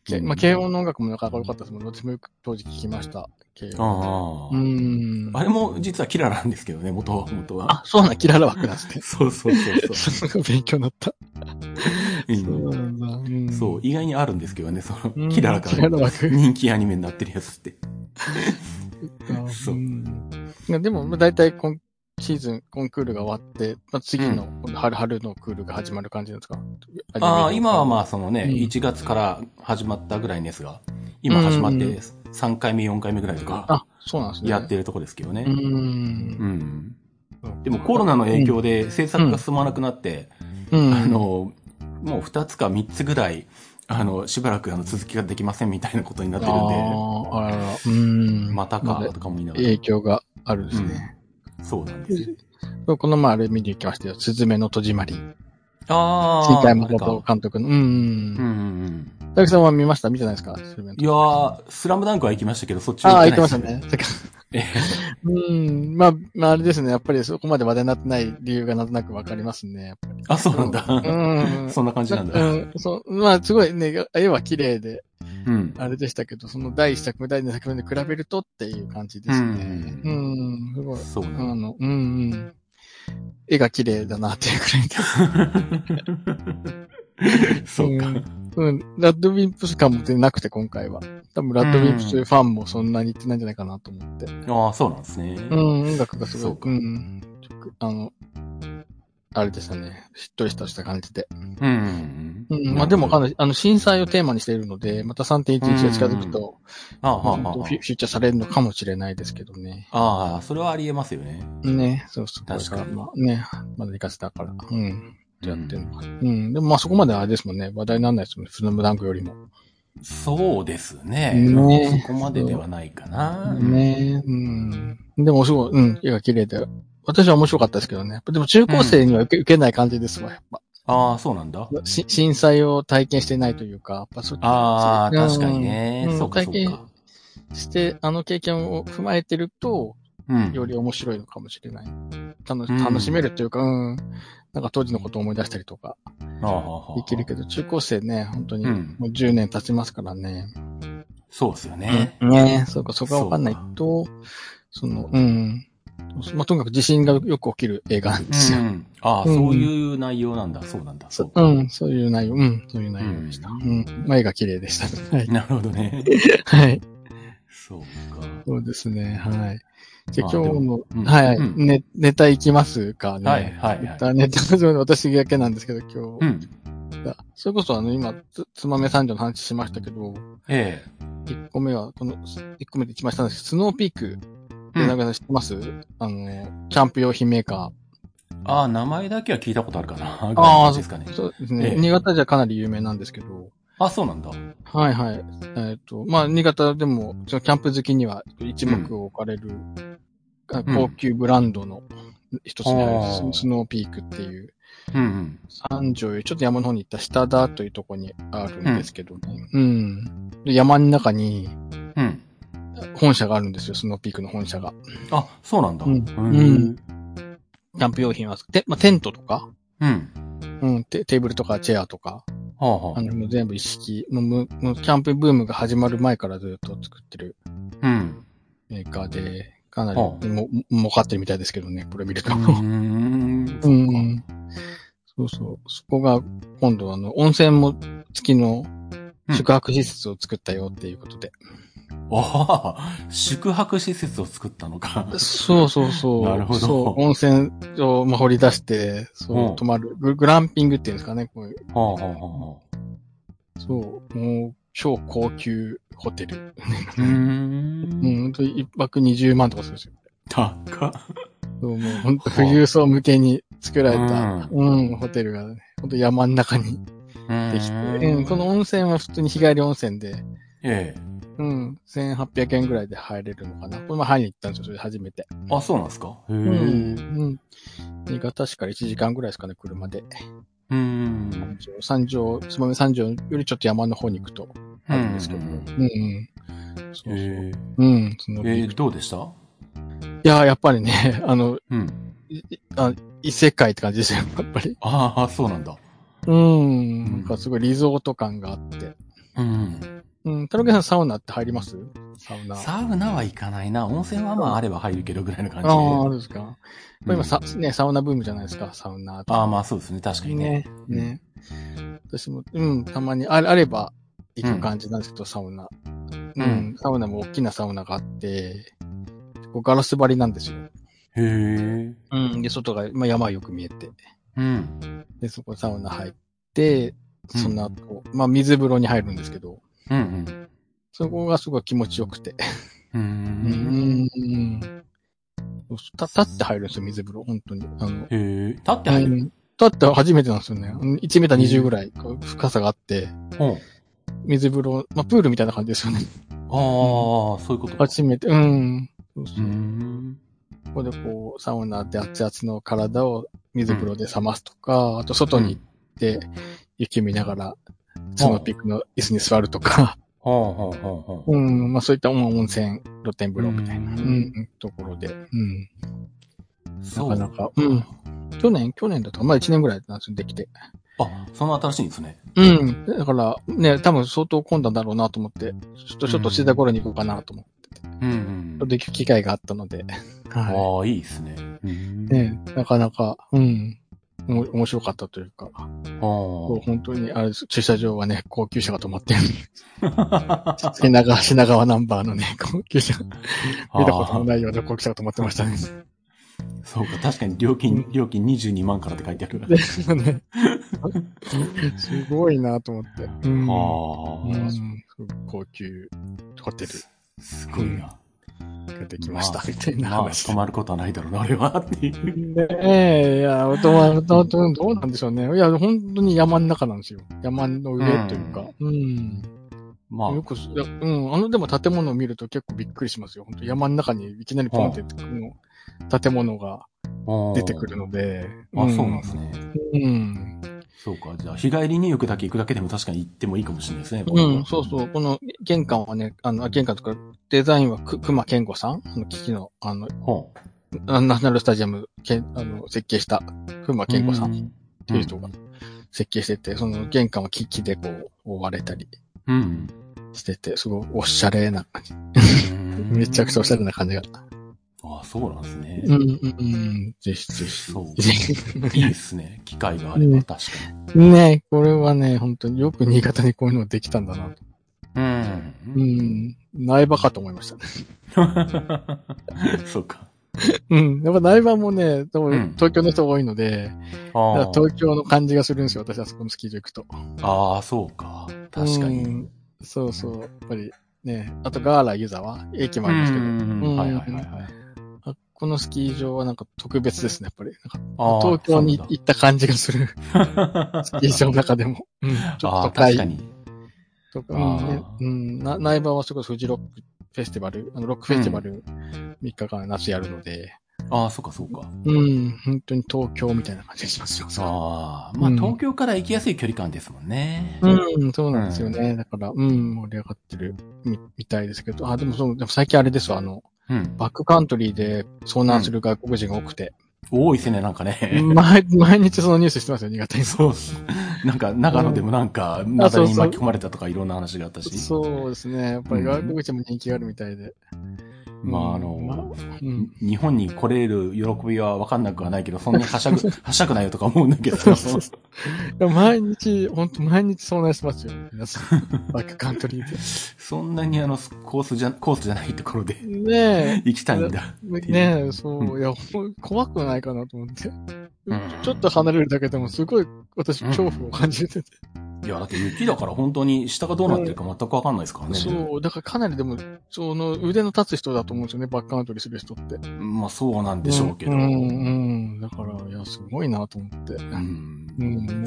Speaker 2: けまあ、軽音の音楽もなかなか良かったですもん。どっちもよく当時聴きました。軽音。
Speaker 1: あ
Speaker 2: う
Speaker 1: あ。
Speaker 2: ーん。
Speaker 1: あれも実はキラなんですけどね、元は、元は。
Speaker 2: あ、そうなん、キララ枠なんです ね。
Speaker 1: そうそうそうそ
Speaker 2: すごい勉強になった。
Speaker 1: う。
Speaker 2: そう
Speaker 1: うん
Speaker 2: なんだ。うん
Speaker 1: そう、意外にあるんですけどね、そ
Speaker 2: う
Speaker 1: の、
Speaker 2: ん
Speaker 1: キララか
Speaker 2: キラ
Speaker 1: ら
Speaker 2: ラ枠。
Speaker 1: 人気アニメになってるやつって。そう
Speaker 2: うんいやでも、まあ大体今シーズン、コンクールが終わって、まあ、次の、春春のクールが始まる感じなんですか
Speaker 1: ああ、今はま
Speaker 2: あ。
Speaker 1: あそのね、
Speaker 2: うん
Speaker 1: 1月から始まったぐらいですが、今始まっ
Speaker 2: うん
Speaker 1: て3回目、4回目ぐらいとか、
Speaker 2: あ、そうなんですね。
Speaker 1: やってるとこですけどね
Speaker 2: う。ん
Speaker 1: う。ん。でもコロナの影響で制作が進まなくなって、
Speaker 2: うん、
Speaker 1: あの、もう2つか3つぐらい、あの、しばらくあの続きができませんみたいなことになってるんで、
Speaker 2: あーあららうん。
Speaker 1: またか
Speaker 2: だ
Speaker 1: とかも言いながら。
Speaker 2: 影響があるですね。
Speaker 1: そうなんですよ。
Speaker 2: この前あれ見に行きましたよ。スズメの戸締まり。
Speaker 1: ああ。
Speaker 2: 新海誠監督の。うんうん
Speaker 1: う
Speaker 2: うん。
Speaker 1: うんん
Speaker 2: 大木さんは見ました見てないですかスルメン
Speaker 1: うん。いやー、スラムダンクは行きましたけど、そっち
Speaker 2: あ
Speaker 1: は
Speaker 2: あ、
Speaker 1: 行
Speaker 2: 言
Speaker 1: っ
Speaker 2: っ
Speaker 1: ててな
Speaker 2: ま
Speaker 1: い
Speaker 2: し
Speaker 1: で
Speaker 2: たね
Speaker 1: す。
Speaker 2: てか
Speaker 1: ね。
Speaker 2: うん。まあ、まあ、あれですね。やっぱりそこまで話題になってない理由がなんとなくわかりますね。やっぱり
Speaker 1: あ、そうなん
Speaker 2: う
Speaker 1: だ。
Speaker 2: ん。
Speaker 1: そんな感じなんだ。
Speaker 2: うん。そう。まあ、すごいね、絵は綺麗で、
Speaker 1: うん。
Speaker 2: あれでしたけど、その第一作目、第二作目で比べるとっていう感じですね。
Speaker 1: う
Speaker 2: うん、すごい。
Speaker 1: そう
Speaker 2: あ
Speaker 1: なんだ。
Speaker 2: の、うんうん。絵が綺麗だなっていうくらいで。
Speaker 1: そうか。
Speaker 2: うん、ラッドウィンプス感も出なくて、今回は。多分、ラッドウィンプスというファンもそんなに言ってないんじゃないかなと思って。
Speaker 1: ああ、そうなんですね。
Speaker 2: うん、音楽がすごい。
Speaker 1: そうか
Speaker 2: ん。あの、あれでしたね。しっとりしたした感じで。
Speaker 1: うん。
Speaker 2: うん。まあでも、
Speaker 1: あ
Speaker 2: かなり、あの、震災をテーマにしているので、また3.11が近づくと、
Speaker 1: あ、
Speaker 2: フ
Speaker 1: はあ、
Speaker 2: ュ
Speaker 1: はあ
Speaker 2: フューチャーされるのかもしれないですけどね。
Speaker 1: ああ、それはありえますよね。
Speaker 2: ね、そうそう。
Speaker 1: 確かに
Speaker 2: これらまあね、まだ行かせたから。うん。やって
Speaker 1: うん
Speaker 2: るのか。うん。でもまあそこまであれですもんね。話題にならないですもんね。スラムダンクよりも。
Speaker 1: そうですね。
Speaker 2: ね
Speaker 1: そこまでではないかな。
Speaker 2: ねうん。でもすごい、うん。絵が綺麗で。私は面白かったですけどね。でも中高生には受け,、受けない感じですわ、やっぱ。
Speaker 1: ああ、そうなんだ。
Speaker 2: し震災を体験してないというか、やっぱそ
Speaker 1: ああ、
Speaker 2: そう
Speaker 1: 確かにね。
Speaker 2: うん
Speaker 1: そうか、
Speaker 2: 体
Speaker 1: そう
Speaker 2: 験
Speaker 1: か。
Speaker 2: して、あの経験を踏まえてると、
Speaker 1: うん。
Speaker 2: より面白いのかもしれない。楽し
Speaker 1: うん
Speaker 2: 楽しめるというか、うん。なんか当時のことを思い出したりとか。
Speaker 1: ああああ
Speaker 2: できるけど、中高生ね、本当に、
Speaker 1: うん
Speaker 2: もう10年経ちますからね。
Speaker 1: そうですよね。
Speaker 2: ねそうか、そこがわかんないと、その、うん。まあ、とにかく地震がよく起きる映画なんですよ。
Speaker 1: う
Speaker 2: うん
Speaker 1: ん。ああ、
Speaker 2: うん
Speaker 1: そういう内容なんだ。そうなんだ。そうか。
Speaker 2: そういう内容、うん、そういう内容でした。
Speaker 1: う
Speaker 2: うん。まあ絵が綺麗で した。はい。
Speaker 1: なるほどね。
Speaker 2: はい。
Speaker 1: そうか。
Speaker 2: そうですね、はい。じゃあ
Speaker 1: まあ
Speaker 2: 今
Speaker 1: で
Speaker 2: 日
Speaker 1: も
Speaker 2: の、
Speaker 1: うん
Speaker 2: はい、
Speaker 1: うん
Speaker 2: ね、ネタいきますかね。
Speaker 1: はいはい
Speaker 2: ネ
Speaker 1: は
Speaker 2: タ、ネタ、すいません私だけなんですけど、今
Speaker 1: い。う
Speaker 2: 日。
Speaker 1: ん。
Speaker 2: それこそあの、今、つ、つまめ三条の話しましたけど、
Speaker 1: え
Speaker 2: 1個目は、この、1個目で一番下なんですけど、スノーピーク
Speaker 1: え。
Speaker 2: で、なんか知ってます、あの、キャンプ用品メーカ
Speaker 1: ああ、名前だけは聞いたことあるかな。
Speaker 2: ああ
Speaker 1: ですかね
Speaker 2: ー。。そうですね。
Speaker 1: ええ
Speaker 2: 新潟じゃかなり有名なんですけど、
Speaker 1: あ、そうなんだ。う
Speaker 2: はいはい。えっ、と、まあ、新潟でも、そのキャンプ好きには一目を置かれる、あ高級ブランドの一つである、
Speaker 1: あー
Speaker 2: スノーピークっていう、
Speaker 1: んうん。
Speaker 2: 三条よりちょっと山の方に行った下田というところにあるんですけどね。うん。で山の中に
Speaker 1: うん。
Speaker 2: 本社があるんですよ、スノーピークの本社が。
Speaker 1: あ、そうなんだ。
Speaker 2: うん
Speaker 1: うん。
Speaker 2: キャンプ用品は、てまあ、テントとか、
Speaker 1: うん。
Speaker 2: うん、テテーブルとかチェアとか、
Speaker 1: はあは
Speaker 2: あの、もう全部一式、もうむ、もうキャンプブームが始まる前からずっと作ってる
Speaker 1: あ。うん。
Speaker 2: メーカーで、かなり
Speaker 1: は
Speaker 2: も
Speaker 1: あ、
Speaker 2: も儲かってるみたいですけどね、これ見ると。
Speaker 1: う
Speaker 2: う
Speaker 1: ん。
Speaker 2: ん。そうそう。そこが、今度はあの、温泉も付きの
Speaker 1: うん
Speaker 2: 宿泊施設を作ったよっていうことで。
Speaker 1: ああ、宿泊施設を作ったのか。
Speaker 2: そうそうそう。
Speaker 1: なるほど
Speaker 2: そう、温泉をまあ掘り出して、そうう、
Speaker 1: ん
Speaker 2: 泊まるグ。グランピングっていうんですかね、こういう。
Speaker 1: はあはあはあ。
Speaker 2: そう、もう、超高級ホテル。
Speaker 1: うー。
Speaker 2: うんん、本当に一泊20万とかするんですよ。
Speaker 1: 高っ。
Speaker 2: そう、もう本当富裕層向けに作られた、
Speaker 1: う
Speaker 2: うん、ホテルが、ね、本当山の中にできて、
Speaker 1: う
Speaker 2: うんん、この温泉は普通に日帰り温泉で、
Speaker 1: ええ。
Speaker 2: うん、1800円ぐらいで入れるのかな。これも入りに行ったんですよ、それ初めて。
Speaker 1: あ、そうなんですかへえ。
Speaker 2: う
Speaker 1: う
Speaker 2: ん、うん。新潟市から1時間ぐらいですかね、車で。
Speaker 1: ーん。
Speaker 2: 三条、つまみ三条よりちょっと山の方に行くとあるんですけど、
Speaker 1: う
Speaker 2: うんん、うん。そうそう。
Speaker 1: え
Speaker 2: うん、その
Speaker 1: え。ええ、どうでした
Speaker 2: いや、やっぱりね、 あの、
Speaker 1: うん。
Speaker 2: いあ異世界って感じですよ、やっぱり。
Speaker 1: ああ、そうなんだ。
Speaker 2: うん。なんかすごいリゾート感があって。
Speaker 1: うん。
Speaker 2: うん。太郎さんサウナって入りますサウナ。
Speaker 1: サウナは行かないな。温泉はまああれば入るけどぐらいの感じで。
Speaker 2: ああ、あるんですか。まあ
Speaker 1: う
Speaker 2: 今
Speaker 1: ん
Speaker 2: さ、ね、サウナブームじゃないですか、サウナ。
Speaker 1: ああ、まあそうですね。確かにね。。
Speaker 2: ね。私も、うん、たまにあれあれば行く感じなんですけど、サウナ。うん、
Speaker 1: うん
Speaker 2: サウナも大きなサウナがあって、こうガラス張りなんですよ。
Speaker 1: へえ。
Speaker 2: うん。で、外が、まあ、山よく見えて。
Speaker 1: うん。
Speaker 2: で、そこサウナ入って、その後、まあ、水風呂に入るんですけど、
Speaker 1: うんうん。
Speaker 2: そこがすごい気持ちよくて。
Speaker 1: うー。
Speaker 2: うんん。そうそうた立って入るんですよ、水風呂、本当に。あ
Speaker 1: へ
Speaker 2: の、
Speaker 1: え。立って入る。
Speaker 2: うん立って初めてなんですよね。うん1メーター20ぐらいこう深さがあって、
Speaker 1: ほう
Speaker 2: 水風呂、まあ、プールみたいな感じですよね。
Speaker 1: ああ、そういうことか。
Speaker 2: 初めて、うん。そう
Speaker 1: う
Speaker 2: そ
Speaker 1: ー
Speaker 2: う。
Speaker 1: ん。
Speaker 2: ここでこう、サウナで熱々の体を水風呂で冷ますとか、あと外に行っって、雪見ながら、そのピックの椅子に座るとか、
Speaker 1: ほうほうほうほう。
Speaker 2: うん、まあそういった温泉露天風呂みたいな、
Speaker 1: う
Speaker 2: うんん、うんところで、うん。
Speaker 1: そ
Speaker 2: なかなかうん去年、去年だとか、まあ1年ぐらいなんですよ、できて。
Speaker 1: あ、そんな新しいんですね。
Speaker 2: うん。だから、ね、多分相当混んだんだろうなと思って、ちょっと、ちょっとしてた頃に行こうかなと思って、
Speaker 1: うん
Speaker 2: できる機会があったので、は
Speaker 1: ああ、いいですね。
Speaker 2: い。ね、なかなか、うん。おも面白かったというか、こ う
Speaker 1: あ
Speaker 2: 本当に、あれです、駐車場はね、高級車が止まってる。
Speaker 1: あ。
Speaker 2: 品川、品川ナンバーのね、高級車、見たことの
Speaker 1: い。
Speaker 2: ないような高級車が止まってましたね。
Speaker 1: そうか、確かに料金、料金22万からって書いてある。
Speaker 2: でもね、すごいなと思って。うんう
Speaker 1: あ
Speaker 2: ん
Speaker 1: あ。
Speaker 2: 高級ホテル
Speaker 1: すごいな。
Speaker 2: ができました、
Speaker 1: まあ
Speaker 2: みたいな
Speaker 1: まあ、
Speaker 2: 話。
Speaker 1: 止まることはないだろうな、あれは。っていう。
Speaker 2: ねえ、いや、どうどうどうどうなんでしょうね。いや、本当に山の中なんですよ。山の上というか。うん。
Speaker 1: まあ
Speaker 2: よ、くす、いやうん。あの、でも建物を見ると結構びっくりしますよ。本当山の中にいきなりポンって、この建物が出てくるので。
Speaker 1: あ、そうなんですね。
Speaker 2: うん。
Speaker 1: そうか。じゃあ、日帰り入浴だけ行くだけでも確かに行ってもいいかもしれないですね。
Speaker 2: うん、そうそう。この玄関はね、あの、玄関とか、デザインはく熊健吾さんあの、機器の、あの、
Speaker 1: ほ
Speaker 2: ナナショナルスタジアム、けんあの、設計した熊
Speaker 1: う。
Speaker 2: 健吾さんっ
Speaker 1: ん。
Speaker 2: ていう人が設計してて、その玄関は木々でこう、覆われたり
Speaker 1: うん。
Speaker 2: してて、すごいおしゃれな感じ。
Speaker 1: うん
Speaker 2: めちゃくちゃおしゃれな感じが。
Speaker 1: ああ、そうなんですね。
Speaker 2: うん、うん、うん。ぜひぜひ。
Speaker 1: そう。
Speaker 2: ぜひ
Speaker 1: いいですね。機会があれば、
Speaker 2: ね
Speaker 1: 確かに。
Speaker 2: ねえ、これはね、本当によく新潟にこういうのできたんだなと。
Speaker 1: うん。
Speaker 2: うん。苗場かと思いましたね。
Speaker 1: そうか。
Speaker 2: うん。やっぱ苗場もね、多
Speaker 1: う
Speaker 2: 分
Speaker 1: ん
Speaker 2: 東京の人多いので、だ
Speaker 1: あ
Speaker 2: から東京の感じがするんですよ、私、あそこのスキー場行くと。
Speaker 1: あー、そうか。確か
Speaker 2: う
Speaker 1: に。
Speaker 2: ん。そうそう、やっぱりね、あとガーラ湯沢、駅もありますけど、
Speaker 1: うん
Speaker 2: うん
Speaker 1: はいはいはいはい。
Speaker 2: あこのスキー場はなんか特別ですね、やっぱり。なんか
Speaker 1: あー
Speaker 2: 東京に
Speaker 1: そう
Speaker 2: 行った感じがする、
Speaker 1: なんだ
Speaker 2: スキー場の中でも。うん、ちょっ
Speaker 1: あ
Speaker 2: と
Speaker 1: あ、
Speaker 2: 都会
Speaker 1: 確かに。
Speaker 2: とか、
Speaker 1: あ
Speaker 2: うん
Speaker 1: ー
Speaker 2: ねうんな内場はすごいフジロックフェスティバル、あのロックフェスティバル3日間夏やるので、
Speaker 1: ああ、そうかそうか。
Speaker 2: うん、本当に東京みたいな感じがしますよ。
Speaker 1: ああ、まあ、
Speaker 2: うん
Speaker 1: 東京から行きやすい距離感ですもんね。
Speaker 2: うん、そうなんですよね。だから、うん、盛り上がってるみみたいですけど、あ、でもそう、でも最近あれですわ、あの、
Speaker 1: うん。
Speaker 2: バックカントリーで遭難する外国人が多くて、
Speaker 1: 多いですね、なんかね。
Speaker 2: 毎毎日そのニュースしてますよ、新潟 に。
Speaker 1: そうっす。なんか、長野でもなんか、なだれに巻き込まれたとかいろんな話があったし。
Speaker 2: そうですね。やっぱり外国人も人気があるみたいで。
Speaker 1: まあ、あ
Speaker 2: ま
Speaker 1: の、
Speaker 2: うん。
Speaker 1: 日本に来れる喜びはわかんなくはないけど、そんなにはしゃ ぐ、はしゃぐなよとか思うんだけど。
Speaker 2: そうそうそでも毎日、本当毎日遭難してますよ、皆さ ん。バックカントリーで。
Speaker 1: そんなにあの、コースじゃ、コースじゃないところで
Speaker 2: ね
Speaker 1: 行きたいんだ。
Speaker 2: え、ねえ、そう、いや、ほん怖くないかなと思って。
Speaker 1: ん
Speaker 2: ちょっと離れるだけでも、すごい、私、恐怖を感じてて。
Speaker 1: いや、だって雪だから本当に下がどうなってるか全くわかんないですからね。
Speaker 2: そう、だからかなりでも、その腕の立つ人だと思うんですよね、バックカントリーする人って。
Speaker 1: まあ、そうなんでしょうけど。
Speaker 2: う、
Speaker 1: うん
Speaker 2: うん
Speaker 1: ん。、
Speaker 2: うんだから、いや、すごいなと思って。うん、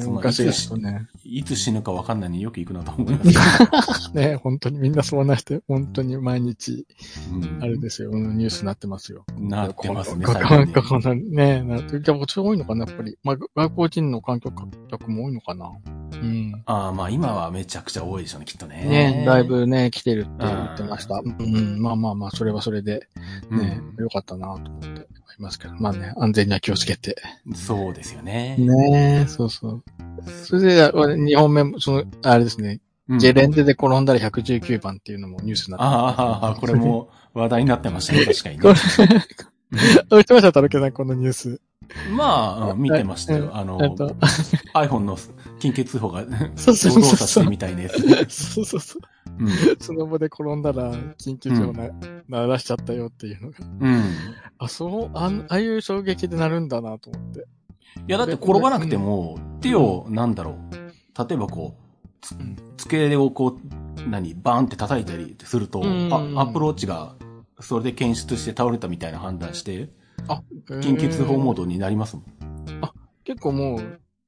Speaker 1: そのい
Speaker 2: 昔
Speaker 1: つ
Speaker 2: で
Speaker 1: し
Speaker 2: すとね。
Speaker 1: いつ死ぬかわかんないのによく行くなと思います。
Speaker 2: ね、本当にみんなそうなして、本当に毎日、
Speaker 1: うん
Speaker 2: あれですよ、うんニュースになってますよ。
Speaker 1: なってますね、
Speaker 2: こ
Speaker 1: 最近
Speaker 2: こ
Speaker 1: ね
Speaker 2: こここね、なって、やっぱ多いのかな、やっぱり。まあ、外国人の観光客も多いのかな。うん。
Speaker 1: ああ、まあ今はめちゃくちゃ多いでしょうね、きっとね。
Speaker 2: ね、だいぶね、来てるって言ってました。うん、まあまあまあ、それはそれで。ね、よかったなと思って思いますけど、まあね、安全には気をつけて。
Speaker 1: うんそうですよね。
Speaker 2: ねそうそう。それで、あ2本目も、その、あれですね、
Speaker 1: うん
Speaker 2: ゲレンデで転んだら119番っていうのもニュースになっ
Speaker 1: あ あ、これも話題になってましたね、確かに
Speaker 2: て。こ
Speaker 1: ね。
Speaker 2: れ、知ってました、たるけさん、このニュース。
Speaker 1: まあ、うん見てました
Speaker 2: う
Speaker 1: よ。
Speaker 2: ん
Speaker 1: あの、
Speaker 2: えっと、
Speaker 1: iPhone の緊急通報が
Speaker 2: そうそうそ
Speaker 1: 動
Speaker 2: う
Speaker 1: 作してみたいです。
Speaker 2: そうそうそう。
Speaker 1: うん
Speaker 2: その場で転んだら、緊急車をな、鳴らしちゃったよっていうのが。
Speaker 1: うん。
Speaker 2: あ、そう、あんああいう衝撃でなるんだなと思って。
Speaker 1: いや、だって転ばなくても、手を、なんだろう。例えばこう、つ
Speaker 2: ん
Speaker 1: 机をこう、何、バーンって叩いたりすると、
Speaker 2: うん
Speaker 1: あアップローチが、それで検出して倒れたみたいな判断して、緊
Speaker 2: 緊
Speaker 1: 急通報モードになりますもん。
Speaker 2: 結構も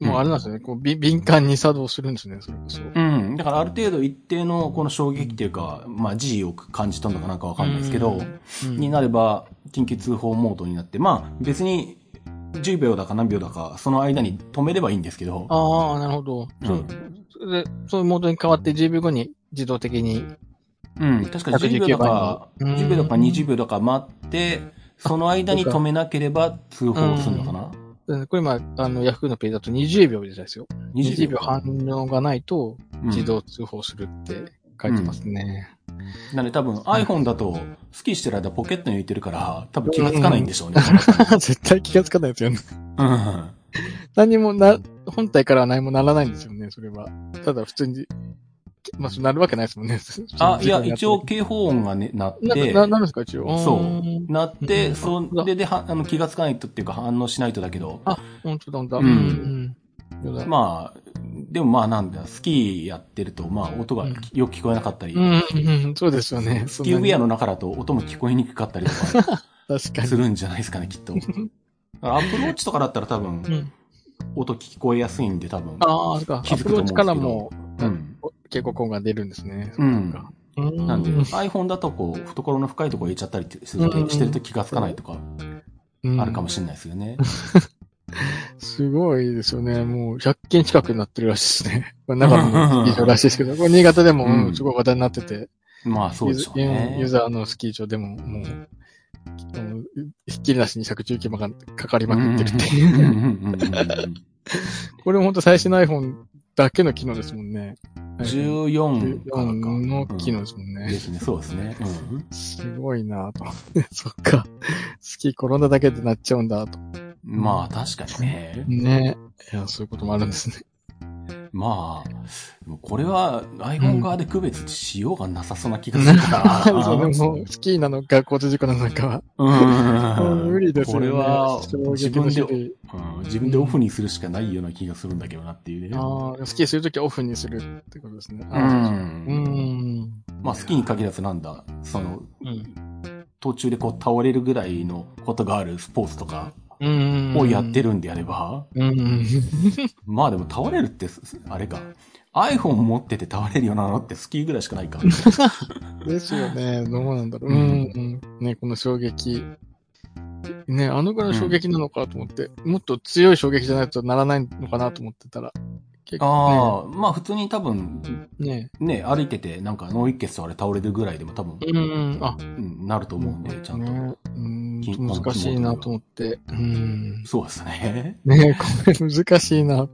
Speaker 2: う、もうあれなんですよね。こう、び敏感に作動するんですね、それこそ。
Speaker 1: うん。だからある程度一定のこの衝撃っていうか、まあ G を感じたのかなんかわかんないですけど、
Speaker 2: うん
Speaker 1: になれば緊急通報モードになって、まあ別に10秒だか何秒だか、その間に止めればいいんですけど。
Speaker 2: ああ、なるほど。
Speaker 1: う
Speaker 2: そうんそれで、そういうモードに変わって10秒後に自動的に。
Speaker 1: うん、確か10
Speaker 2: 119
Speaker 1: 秒だか、
Speaker 2: 番に
Speaker 1: 10秒だか
Speaker 2: うん
Speaker 1: 20秒だか待って、その間に止めなければ通報するのかな
Speaker 2: うんこれ今、あの、ヤフーのページだと20秒ですよ。20秒
Speaker 1: か
Speaker 2: 反応がないと
Speaker 1: うん
Speaker 2: 自動通報するって書いてますね。
Speaker 1: なんで多分 iPhone だと、スキーしてる間ポケットに入れてるから、多分気がつかないんでしょうね。
Speaker 2: 絶対気がつかないで すよね。
Speaker 1: うん。
Speaker 2: 何にもな、本体からは何もならないんですよね、それは。ただ普通に、まあ、そうなるわけないですもんね。
Speaker 1: あ、いや、一応警報音がね、鳴っ
Speaker 2: なんか
Speaker 1: て、
Speaker 2: な、なんですか、一応。
Speaker 1: そう
Speaker 2: ーん
Speaker 1: 鳴って、
Speaker 2: うん
Speaker 1: それではあの気がつかないとっていうか反応しないとだけど、
Speaker 2: あ、本当だ、本当
Speaker 1: う
Speaker 2: だ。
Speaker 1: ん
Speaker 2: うん。うんま
Speaker 1: まあ、でもまあなんだ、スキーやってると、まあ音がきよく聞こえなかったり、
Speaker 2: うん、うん、そうですよね。
Speaker 1: スキーウェア
Speaker 2: の。
Speaker 1: の中だと音も聞こえにくかったりとか
Speaker 2: 確かに
Speaker 1: す。るんじゃないです かね、きっと。だからアップローチとかだったら多分
Speaker 2: う、ん。
Speaker 1: 音聞こえやすいんで多分、
Speaker 2: ああ、そうか。ア
Speaker 1: 気づ
Speaker 2: プ
Speaker 1: くと
Speaker 2: ロ
Speaker 1: 思うんです
Speaker 2: ーチ
Speaker 1: け
Speaker 2: か
Speaker 1: ど
Speaker 2: らも
Speaker 1: うん。
Speaker 2: 警告音が出るんですね。
Speaker 1: うん。
Speaker 2: うん
Speaker 1: なんで、iPhone だとこう、懐の深いところ入れちゃったりする
Speaker 2: うん
Speaker 1: してると気がつかないとか、あるかも
Speaker 2: し
Speaker 1: しれないですよね。
Speaker 2: れない。すごいですよね。もう100件近くなってるらしいで すね。これ長野のスキー場らしいですけど、これ新潟でも、
Speaker 1: うん
Speaker 2: うんすごい話題になってて、
Speaker 1: まあそうでしょうね。
Speaker 2: ユーザーのスキー場でも、もう、きっともうひっきりなしに着中規模がかかりまくってるっていう。
Speaker 1: うんうんうんうんうん
Speaker 2: これも本当最新の iPhone だけの機能ですもんね。
Speaker 1: 14
Speaker 2: 14
Speaker 1: からか。
Speaker 2: の機
Speaker 1: う
Speaker 2: 能
Speaker 1: ん
Speaker 2: ですもんね。
Speaker 1: ですね、そうですね。うん
Speaker 2: すごいなぁと思 って。そっか。スキー転んだだけでなっちゃうんだと。
Speaker 1: まあ確かにね。
Speaker 2: ねいや、そういうこともあるんですね。
Speaker 1: まあ、でもこれは iPhone 側で区別しようがなさそうな気がす
Speaker 2: な
Speaker 1: る
Speaker 2: ん
Speaker 1: か
Speaker 2: か、
Speaker 1: ら。
Speaker 2: そうでも、スキーなのか、交通事故なのかは、
Speaker 1: うん
Speaker 2: 無理ですよ
Speaker 1: こ
Speaker 2: ね。
Speaker 1: れは自
Speaker 2: 自
Speaker 1: 分
Speaker 2: 分
Speaker 1: で、
Speaker 2: で。
Speaker 1: うん自分でオフにするしかないような気がするんだけどなっていうね。
Speaker 2: ああ、スキーするときはオフにするってことですね。
Speaker 1: う。
Speaker 2: あーうんん。
Speaker 1: まあ好きに限らずなんだ、その、
Speaker 2: うん。
Speaker 1: 途中でこう倒れるぐらいのことがあるスポーツとか
Speaker 2: うん。
Speaker 1: をやってるんであれば、
Speaker 2: うん。
Speaker 1: まあでも倒れるってす、あれか。iPhone 持ってて倒れるようなのってスキーぐらいしかないか。
Speaker 2: ですよね。どうなんだろう。
Speaker 1: う
Speaker 2: うんん。うんね、この衝撃。ね、あのぐらいの衝撃なのかと思って、もっと強い衝撃じゃないとならないのかなと思ってたら、結構
Speaker 1: ああ、まあ普通に多分、
Speaker 2: ね。ね。
Speaker 1: ね、歩いててなんか脳一血とあれ倒れるぐらいでも多分、
Speaker 2: うん。あ、
Speaker 1: うんなると思うんで、ちゃんと。
Speaker 2: ね、うん
Speaker 1: 金
Speaker 2: 難しいなと思って。うん。
Speaker 1: そうですね。
Speaker 2: ねえ、これ難しいな。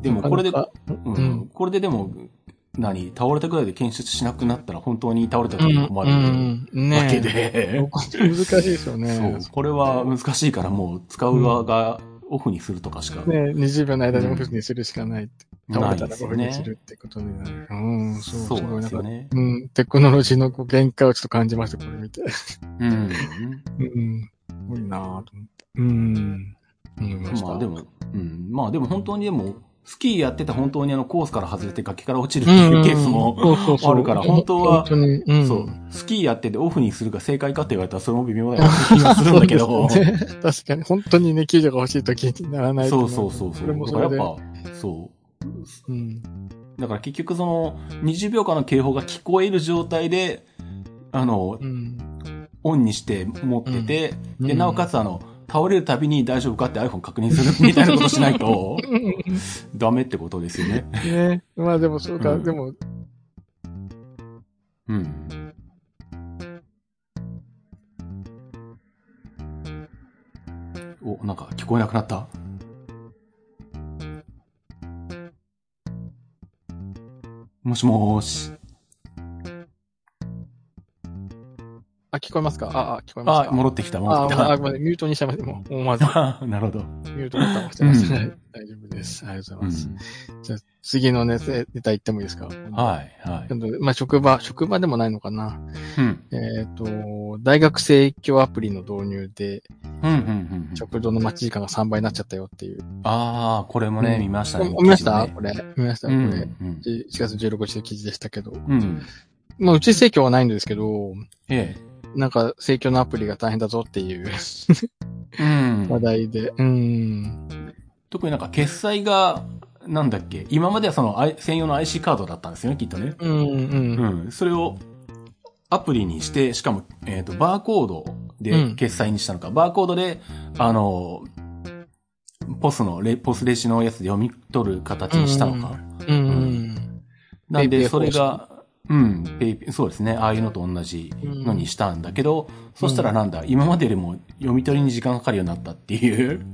Speaker 1: でもこれで、
Speaker 2: なか
Speaker 1: う
Speaker 2: うんん、
Speaker 1: これででも、何倒れたぐらいで検出しなくなったら本当に倒れた
Speaker 2: なか
Speaker 1: 時に
Speaker 2: う
Speaker 1: 困
Speaker 2: ん、
Speaker 1: るわけ
Speaker 2: ねえ。
Speaker 1: で、
Speaker 2: 難しいですよ
Speaker 1: そ
Speaker 2: ね
Speaker 1: う。。これは難しいからもう使う側がオフにするとかしか
Speaker 2: ねえ、20秒の間でオフにするしかないって。倒
Speaker 1: な
Speaker 2: れ
Speaker 1: い
Speaker 2: た
Speaker 1: で
Speaker 2: ら
Speaker 1: す
Speaker 2: オ
Speaker 1: よ
Speaker 2: フにす
Speaker 1: ね。
Speaker 2: るってことになる。うん、そ
Speaker 1: そ
Speaker 2: う、
Speaker 1: うなんですよ
Speaker 2: ね。
Speaker 1: ね。
Speaker 2: うん、テクノロジーのこう限界をちょっと感じました、これ見て。
Speaker 1: うん。
Speaker 2: うん。すごいなぁと思って。うん。思いました。
Speaker 1: まあでも、うん。まあでも本当にでも、スキーやってた本当にあのコースから外れて崖から落ちるっ
Speaker 2: う
Speaker 1: て
Speaker 2: ん、
Speaker 1: いうケースも、
Speaker 2: そうそうそう
Speaker 1: あるから本当は
Speaker 2: 本当に、うん。
Speaker 1: そう。スキーやっててオフにするか正解かって言われたらそれも微妙だよって気がするんだけど。
Speaker 2: そうですね確かに、本当にね、救助が欲しい時にならないと
Speaker 1: そ
Speaker 2: 思
Speaker 1: うそうそうそう。
Speaker 2: れもそれで
Speaker 1: だからやっぱ、そう。
Speaker 2: うん。
Speaker 1: だから結局その、20秒間の警報が聞こえる状態で、あの
Speaker 2: う、ん。
Speaker 1: オンにして持ってて、
Speaker 2: うん
Speaker 1: で、
Speaker 2: うん
Speaker 1: なおかつあの、倒れるたびに大丈夫かって iPhone 確認するみたいなことしないと、ダメってことですよね。
Speaker 2: ね。まあでもそうか、
Speaker 1: うん
Speaker 2: でも、
Speaker 1: うん。お、なんか聞こえなくなったもしもーし。
Speaker 2: あ、聞こえますかあ、あ、聞こえま
Speaker 1: あ、
Speaker 2: すか
Speaker 1: 戻ってきた、戻
Speaker 2: あ
Speaker 1: ってき
Speaker 2: あ、
Speaker 1: た
Speaker 2: あ、ごめんなさいミュートにしてました。もう、も うまず、ミ。
Speaker 1: なるほど。
Speaker 2: ュートボタンを押してまし
Speaker 1: うん
Speaker 2: た。はい大丈夫です。ありがとう
Speaker 1: う
Speaker 2: ございます。
Speaker 1: ん
Speaker 2: じゃあ、次のね、せネタ行ってもいいですかは
Speaker 1: はい、はい
Speaker 2: い。。まあ、職場、職場でもないのかな。
Speaker 1: うん。
Speaker 2: えっ、と、大学生一挙アプリの導入で、
Speaker 1: うん、うん、うん。
Speaker 2: 食堂の待ち時間が3倍になっちゃったよっていう。
Speaker 1: ああ、これもね、
Speaker 2: うん
Speaker 1: 見ましたね。
Speaker 2: 見ました、
Speaker 1: 記
Speaker 2: これ。見ました
Speaker 1: 事
Speaker 2: これ。
Speaker 1: もねうん。
Speaker 2: 1月16日の記事でしたけど。
Speaker 1: うんうん。
Speaker 2: まあ、うち生協はないんですけど、
Speaker 1: え
Speaker 2: なんか、生協のアプリが大変だぞっていう
Speaker 1: え。うん。
Speaker 2: 話題で。うん。
Speaker 1: 特になんか決済が、なんだっけ、今まではその、あい専用の IC カードだったんですよね、きっとね。
Speaker 2: うん、うん。
Speaker 1: うん。それをアプリにして、しかも、えっ、と、バーコード
Speaker 2: う
Speaker 1: で
Speaker 2: ん
Speaker 1: 決済にしたのか、バーコードで、あの、ポスの、レポスレシのやつで読み取る形にしたのか。
Speaker 2: うん。
Speaker 1: なん
Speaker 2: ペイペイ
Speaker 1: で、それが、うん、ペイペイそうですね。ああいうのと同じのにしたんだけど、そしたらなんだ、今までよりも読み取りに時間かかるようになったっていう。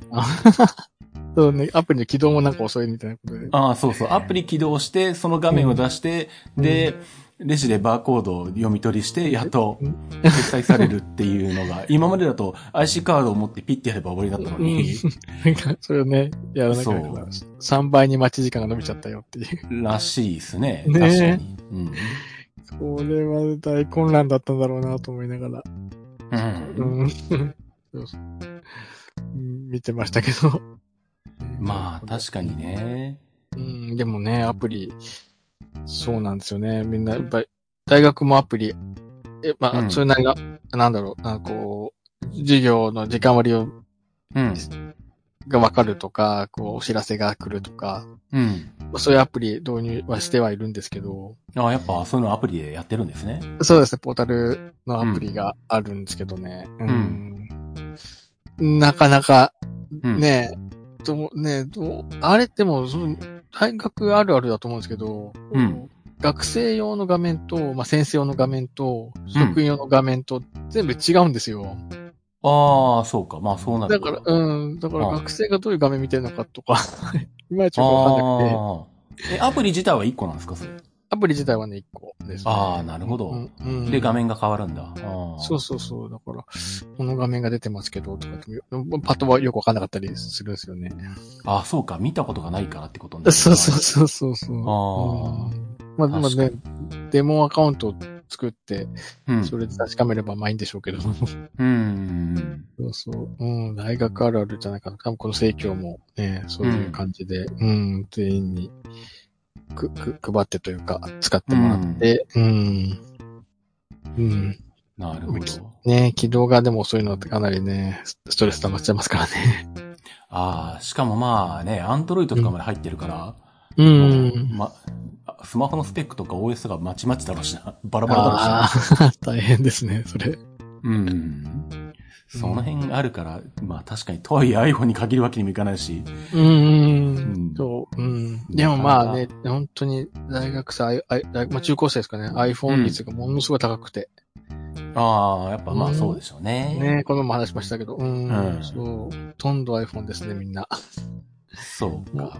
Speaker 2: そうね、アプリの起動もなんか遅いみたいなことで。
Speaker 1: ああ、そうそう。アプリ起動して、その画面を出して、で、レジでバーコードを読み取りして、やっと
Speaker 2: うん
Speaker 1: 決済されるっていうのが、今までだと IC カードを持ってピッてやれば終わりだったのに、
Speaker 2: なんかそれをね、やらなきゃいけないから、3倍に待ち時間が伸びちゃったよっていう。
Speaker 1: らしいですね。
Speaker 2: ねえ
Speaker 1: 確かに。うん。
Speaker 2: これは大混乱だったんだろうなと思いながら。
Speaker 1: うん
Speaker 2: うん。そうそううん見てましたけど。
Speaker 1: まあ、確かにね。
Speaker 2: うん、でもね、アプリ、そうなんですよね。みんな、やっぱり、大学もアプリ、え、まあ、
Speaker 1: うん
Speaker 2: それなりが、なんだろう、なんかこう、授業の時間割を
Speaker 1: うん。
Speaker 2: がわかるとか、こう、お知らせが来るとか、
Speaker 1: うん。
Speaker 2: まあそういうアプリ導入はしてはいるんですけど、
Speaker 1: ああ、やっぱそういうのアプリでやってるんですね。
Speaker 2: そうですね、ポータルのアプリがあるんですけどね。うん。なかなか、
Speaker 1: うん。
Speaker 2: ねえ、どう、ねえ、どう、あれってもう、その大学あるあるだと思うんですけど、
Speaker 1: うん
Speaker 2: 学生用の画面と、まあ、先生用の画面と、職員用の画面と、全部違うんですよ。
Speaker 1: ああ、そうか。まあそうな
Speaker 2: だ
Speaker 1: る
Speaker 2: から、
Speaker 1: ら、
Speaker 2: うん、だから
Speaker 1: うん
Speaker 2: 学生がどういう画面見てるのかとか、 いまいち
Speaker 1: あ
Speaker 2: よくわかんなくて、
Speaker 1: あ。え、アプリ自体は1個なんですかそれ。
Speaker 2: アプリ自体はね、1個です、ね。
Speaker 1: ああ、なるほど。
Speaker 2: うんうん
Speaker 1: で、画面が変わるんだ。ああ
Speaker 2: そうそうそう。だから、この画面が出てますけど、とかって、パッとはよくわかんなかったりするんですよね。
Speaker 1: あ、そうか。見たことがないからってことになる
Speaker 2: そうそうそうそうそう。
Speaker 1: あ
Speaker 2: うんまあ、まあ
Speaker 1: 確か
Speaker 2: ね
Speaker 1: に、
Speaker 2: デモアカウントを作って、
Speaker 1: うん。
Speaker 2: それで確かめればまあいいんでしょうけど、
Speaker 1: うん。
Speaker 2: そうそう。うん、大学あるあるじゃないかな。多分この生協もね、そういう感じで、うん、全員にく、く、配ってというか、使ってもらって、うん。うん。
Speaker 1: なるほど。
Speaker 2: ね起動がでも遅いのってかなりね、スストレス溜まっちゃいますからね。
Speaker 1: ああ、しかもまあね、アンドロイドとかまで入ってるから、
Speaker 2: う。
Speaker 1: うんま、スマホのスペックとか OS がまちまちだろうしな。 バラバラだろうしな。
Speaker 2: ああ、大変ですね、それ。
Speaker 1: うん。その辺あるから、まあ確かに、とはいえ iPhone に限るわけにもいかないし。
Speaker 2: うん
Speaker 1: う。ん。
Speaker 2: そう。うん。
Speaker 1: ん
Speaker 2: でもまあね、本当に大学生、あいあい大まあ、中高生ですかね、iPhone 率がものすごい高くて。
Speaker 1: ああ、やっぱまあそうでしょうね。
Speaker 2: ねこの前も話しましたけど、うん。
Speaker 1: うん
Speaker 2: そう。ほとんど iPhone ですね、みんな。
Speaker 1: そう
Speaker 2: うん
Speaker 1: か。。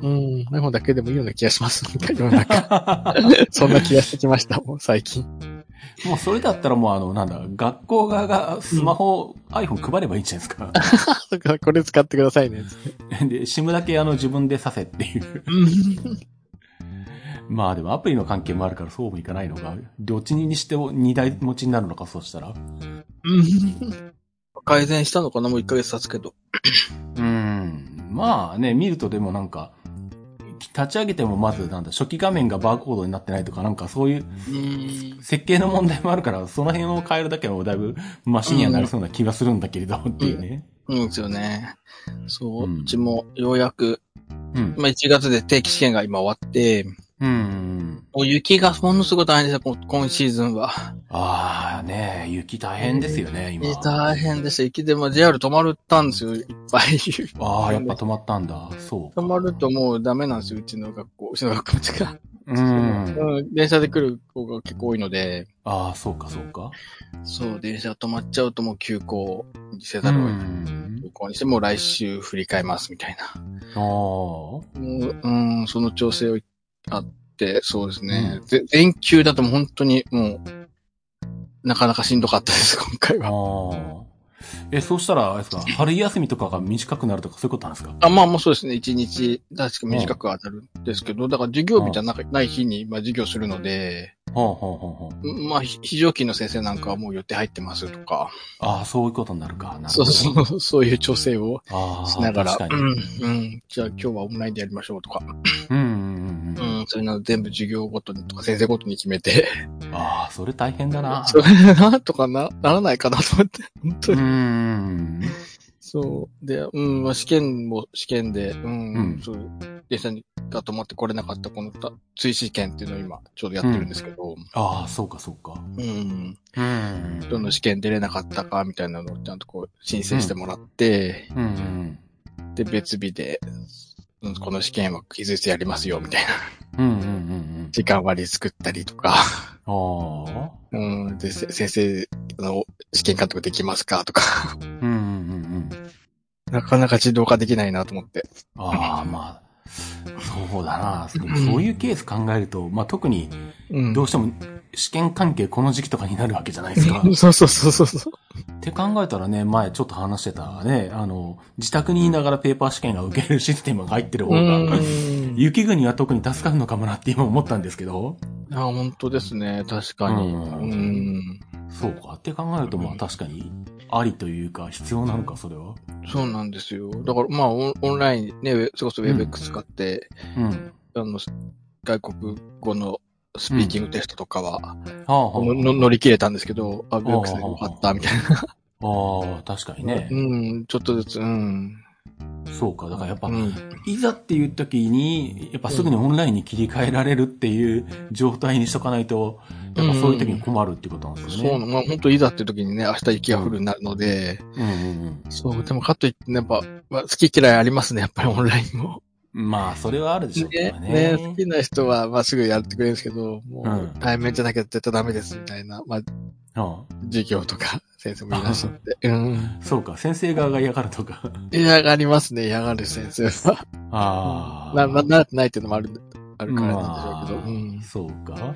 Speaker 2: iPhone だけでもいいような気がします。なんか 世の中。そんな気がしてきました、もう最近。
Speaker 1: もうそれだったらもうあの、なんだ、学校側がスマホ、iPhone 配ればいいんじゃないですか。
Speaker 2: だからこれ使ってくださいね、つって。
Speaker 1: で、SIM だけあの自分でさせっていう。 まあでもアプリの関係もあるからそうもいかないのが、どっちにしても二台持ちになるのか、そうしたら。
Speaker 2: うん。改善したのかな、もう1ヶ月経つけど。
Speaker 1: うん。まあね、見るとでもなんか、立ち上げてもまずなんだ、初期画面がバーコードになってないとか、なんかそういう
Speaker 2: うん。
Speaker 1: 設計の問題もあるから、その辺を変えるだけでもだいぶマシにはなりそうな気がするんだけれど、っていうね。
Speaker 3: うんですよね。そう、
Speaker 1: う
Speaker 3: うんちもようやく、
Speaker 1: うん。
Speaker 3: まあ、1月で定期試験が今終わって、
Speaker 1: うん。
Speaker 3: もう雪がものすごい大変ですよ、こ今シーズンは。
Speaker 1: ああ、ね雪大変ですよね、今。
Speaker 3: 大変でした。雪でも JR 止まるったんですよ、いっぱい。
Speaker 1: ああ、やっぱ止まったんだ。そうか。
Speaker 3: 止まるともうダメなんですよ、うちの学校。うちの学校っていうか、
Speaker 1: うん。
Speaker 3: うん電車で来る子が結構多いので、
Speaker 1: ああ、そうか、そうか。
Speaker 3: そう、電車止まっちゃうともう休校にせ
Speaker 1: う
Speaker 3: ざるを得ない。
Speaker 1: ん。
Speaker 3: 休校にしてもう来週振り替えますみたいな。
Speaker 1: ああ。
Speaker 3: もう、うん、その調整をあって、そうですね。ぜ全休だともう本当にもう、なかなかしんどかったです、 今回は。
Speaker 1: ああ。え、そうしたら、あれですか、春休みとかが短くなるとかそういうことなんですか
Speaker 3: あまあもうそうですね。一日、確か短く当たるんですけど、だから授業日じゃなくない日に、まあ授業するので、
Speaker 1: ほうほうほうほう。
Speaker 3: まあひ非常勤の先生なんかはもう予定入ってますとか、
Speaker 1: ああ、そういうことになるか。なるほ
Speaker 3: そ
Speaker 1: ど
Speaker 3: う そう、そういう調整を
Speaker 1: ああ、
Speaker 3: しながら、
Speaker 1: 確
Speaker 3: う
Speaker 1: かに。
Speaker 3: ん、うん、じゃあ今日はオンラインでやりましょうとか、
Speaker 1: うんうんうん
Speaker 3: う
Speaker 1: うん。
Speaker 3: ん、そういうの全部授業ごとにとか先生ごとに決めて、
Speaker 1: ああ、それ大変だな。
Speaker 3: それなんとかな、ならないかなと思 って、本当
Speaker 1: う
Speaker 3: に。
Speaker 1: ん。
Speaker 3: そう。で、うん、まあ、試験も試験で、うん、
Speaker 1: うん
Speaker 3: そう、電車が止まってこれなかったこのた追試験っていうのを今、ちょうどやってるんですけど、
Speaker 1: ああ、そうかそうか。
Speaker 3: うん、
Speaker 1: うん
Speaker 3: どの試験出れなかったかみたいなのをちゃんとこう、申請してもらって、
Speaker 1: うんうん。
Speaker 2: で、別日で、うんこの試験は気づいてやりますよ、みたいな。
Speaker 1: うんうんうんうん。
Speaker 2: 時間割り作ったりとか。
Speaker 1: ああ。
Speaker 2: うん、で、せ先生の試験監督できますかとか。
Speaker 1: うんうんうんうん。
Speaker 2: なかなか自動化できないなと思って。
Speaker 1: ああ、まあ、そうだな。でもそういうケース考えると、まあ特に、
Speaker 2: うん
Speaker 1: どうしても試験関係この時期とかになるわけじゃないですか。
Speaker 2: そうそうそうそうそう。
Speaker 1: って考えたらね、前ちょっと話してたね、あの、自宅にいながらペーパー試験が受けれるシステムが入ってる方が、
Speaker 2: うん。
Speaker 1: 雪国は特に助かるのかもなって今思ったんですけど。
Speaker 2: あ、本当ですね。確かに。
Speaker 1: う
Speaker 2: うんん。
Speaker 1: そうか。って考えると、まあ確かに、ありというか、必要なのか、それは。
Speaker 2: そうなんですよ。だから、まあ、オンオンラインね、ウェそれこそ WebX 使って、
Speaker 1: うん。
Speaker 2: あの、外国語のスピーキングテストとかは、
Speaker 1: はあ、は
Speaker 2: のの乗り切れたんですけど、あ、WebX でよかった、みたいな。
Speaker 1: あ、ああ、確かにね
Speaker 2: う。ん、ちょっとずつ、うん。
Speaker 1: そうか。だからやっぱ
Speaker 2: う、ん
Speaker 1: いざっていう時に、やっぱすぐにオンラインに切り替えられるっていう状態にしとかないと、やっぱそういう時に困るってことなんです
Speaker 2: そう
Speaker 1: よ
Speaker 2: な
Speaker 1: ね。
Speaker 2: まあ、本当いざっていう時にね、明日雪が降るなるので、
Speaker 1: うんうん
Speaker 2: そう、でもかといってね、やっぱ、まあ、好き嫌いありますね、やっぱりオンラインも。
Speaker 1: うん。まあ、それはあるでしょうけ
Speaker 2: ね
Speaker 1: ど
Speaker 2: ね
Speaker 1: ね。
Speaker 2: 好きな人は、まあ、すぐやってくれるんですけど、も
Speaker 1: うん
Speaker 2: う、対面じゃなきゃ絶対ダメです、みたいな、まあ、
Speaker 1: うん
Speaker 2: 授業とか、先生もいらっしゃって。うん。
Speaker 1: そうか。先生側が嫌がるとか。
Speaker 2: 嫌がりますね、嫌がる先生は。
Speaker 1: ああ。
Speaker 2: な、な、慣れてないっていうのもある、あるからなんでしょうけど。う
Speaker 1: ま
Speaker 2: ん
Speaker 1: あ、。そうか。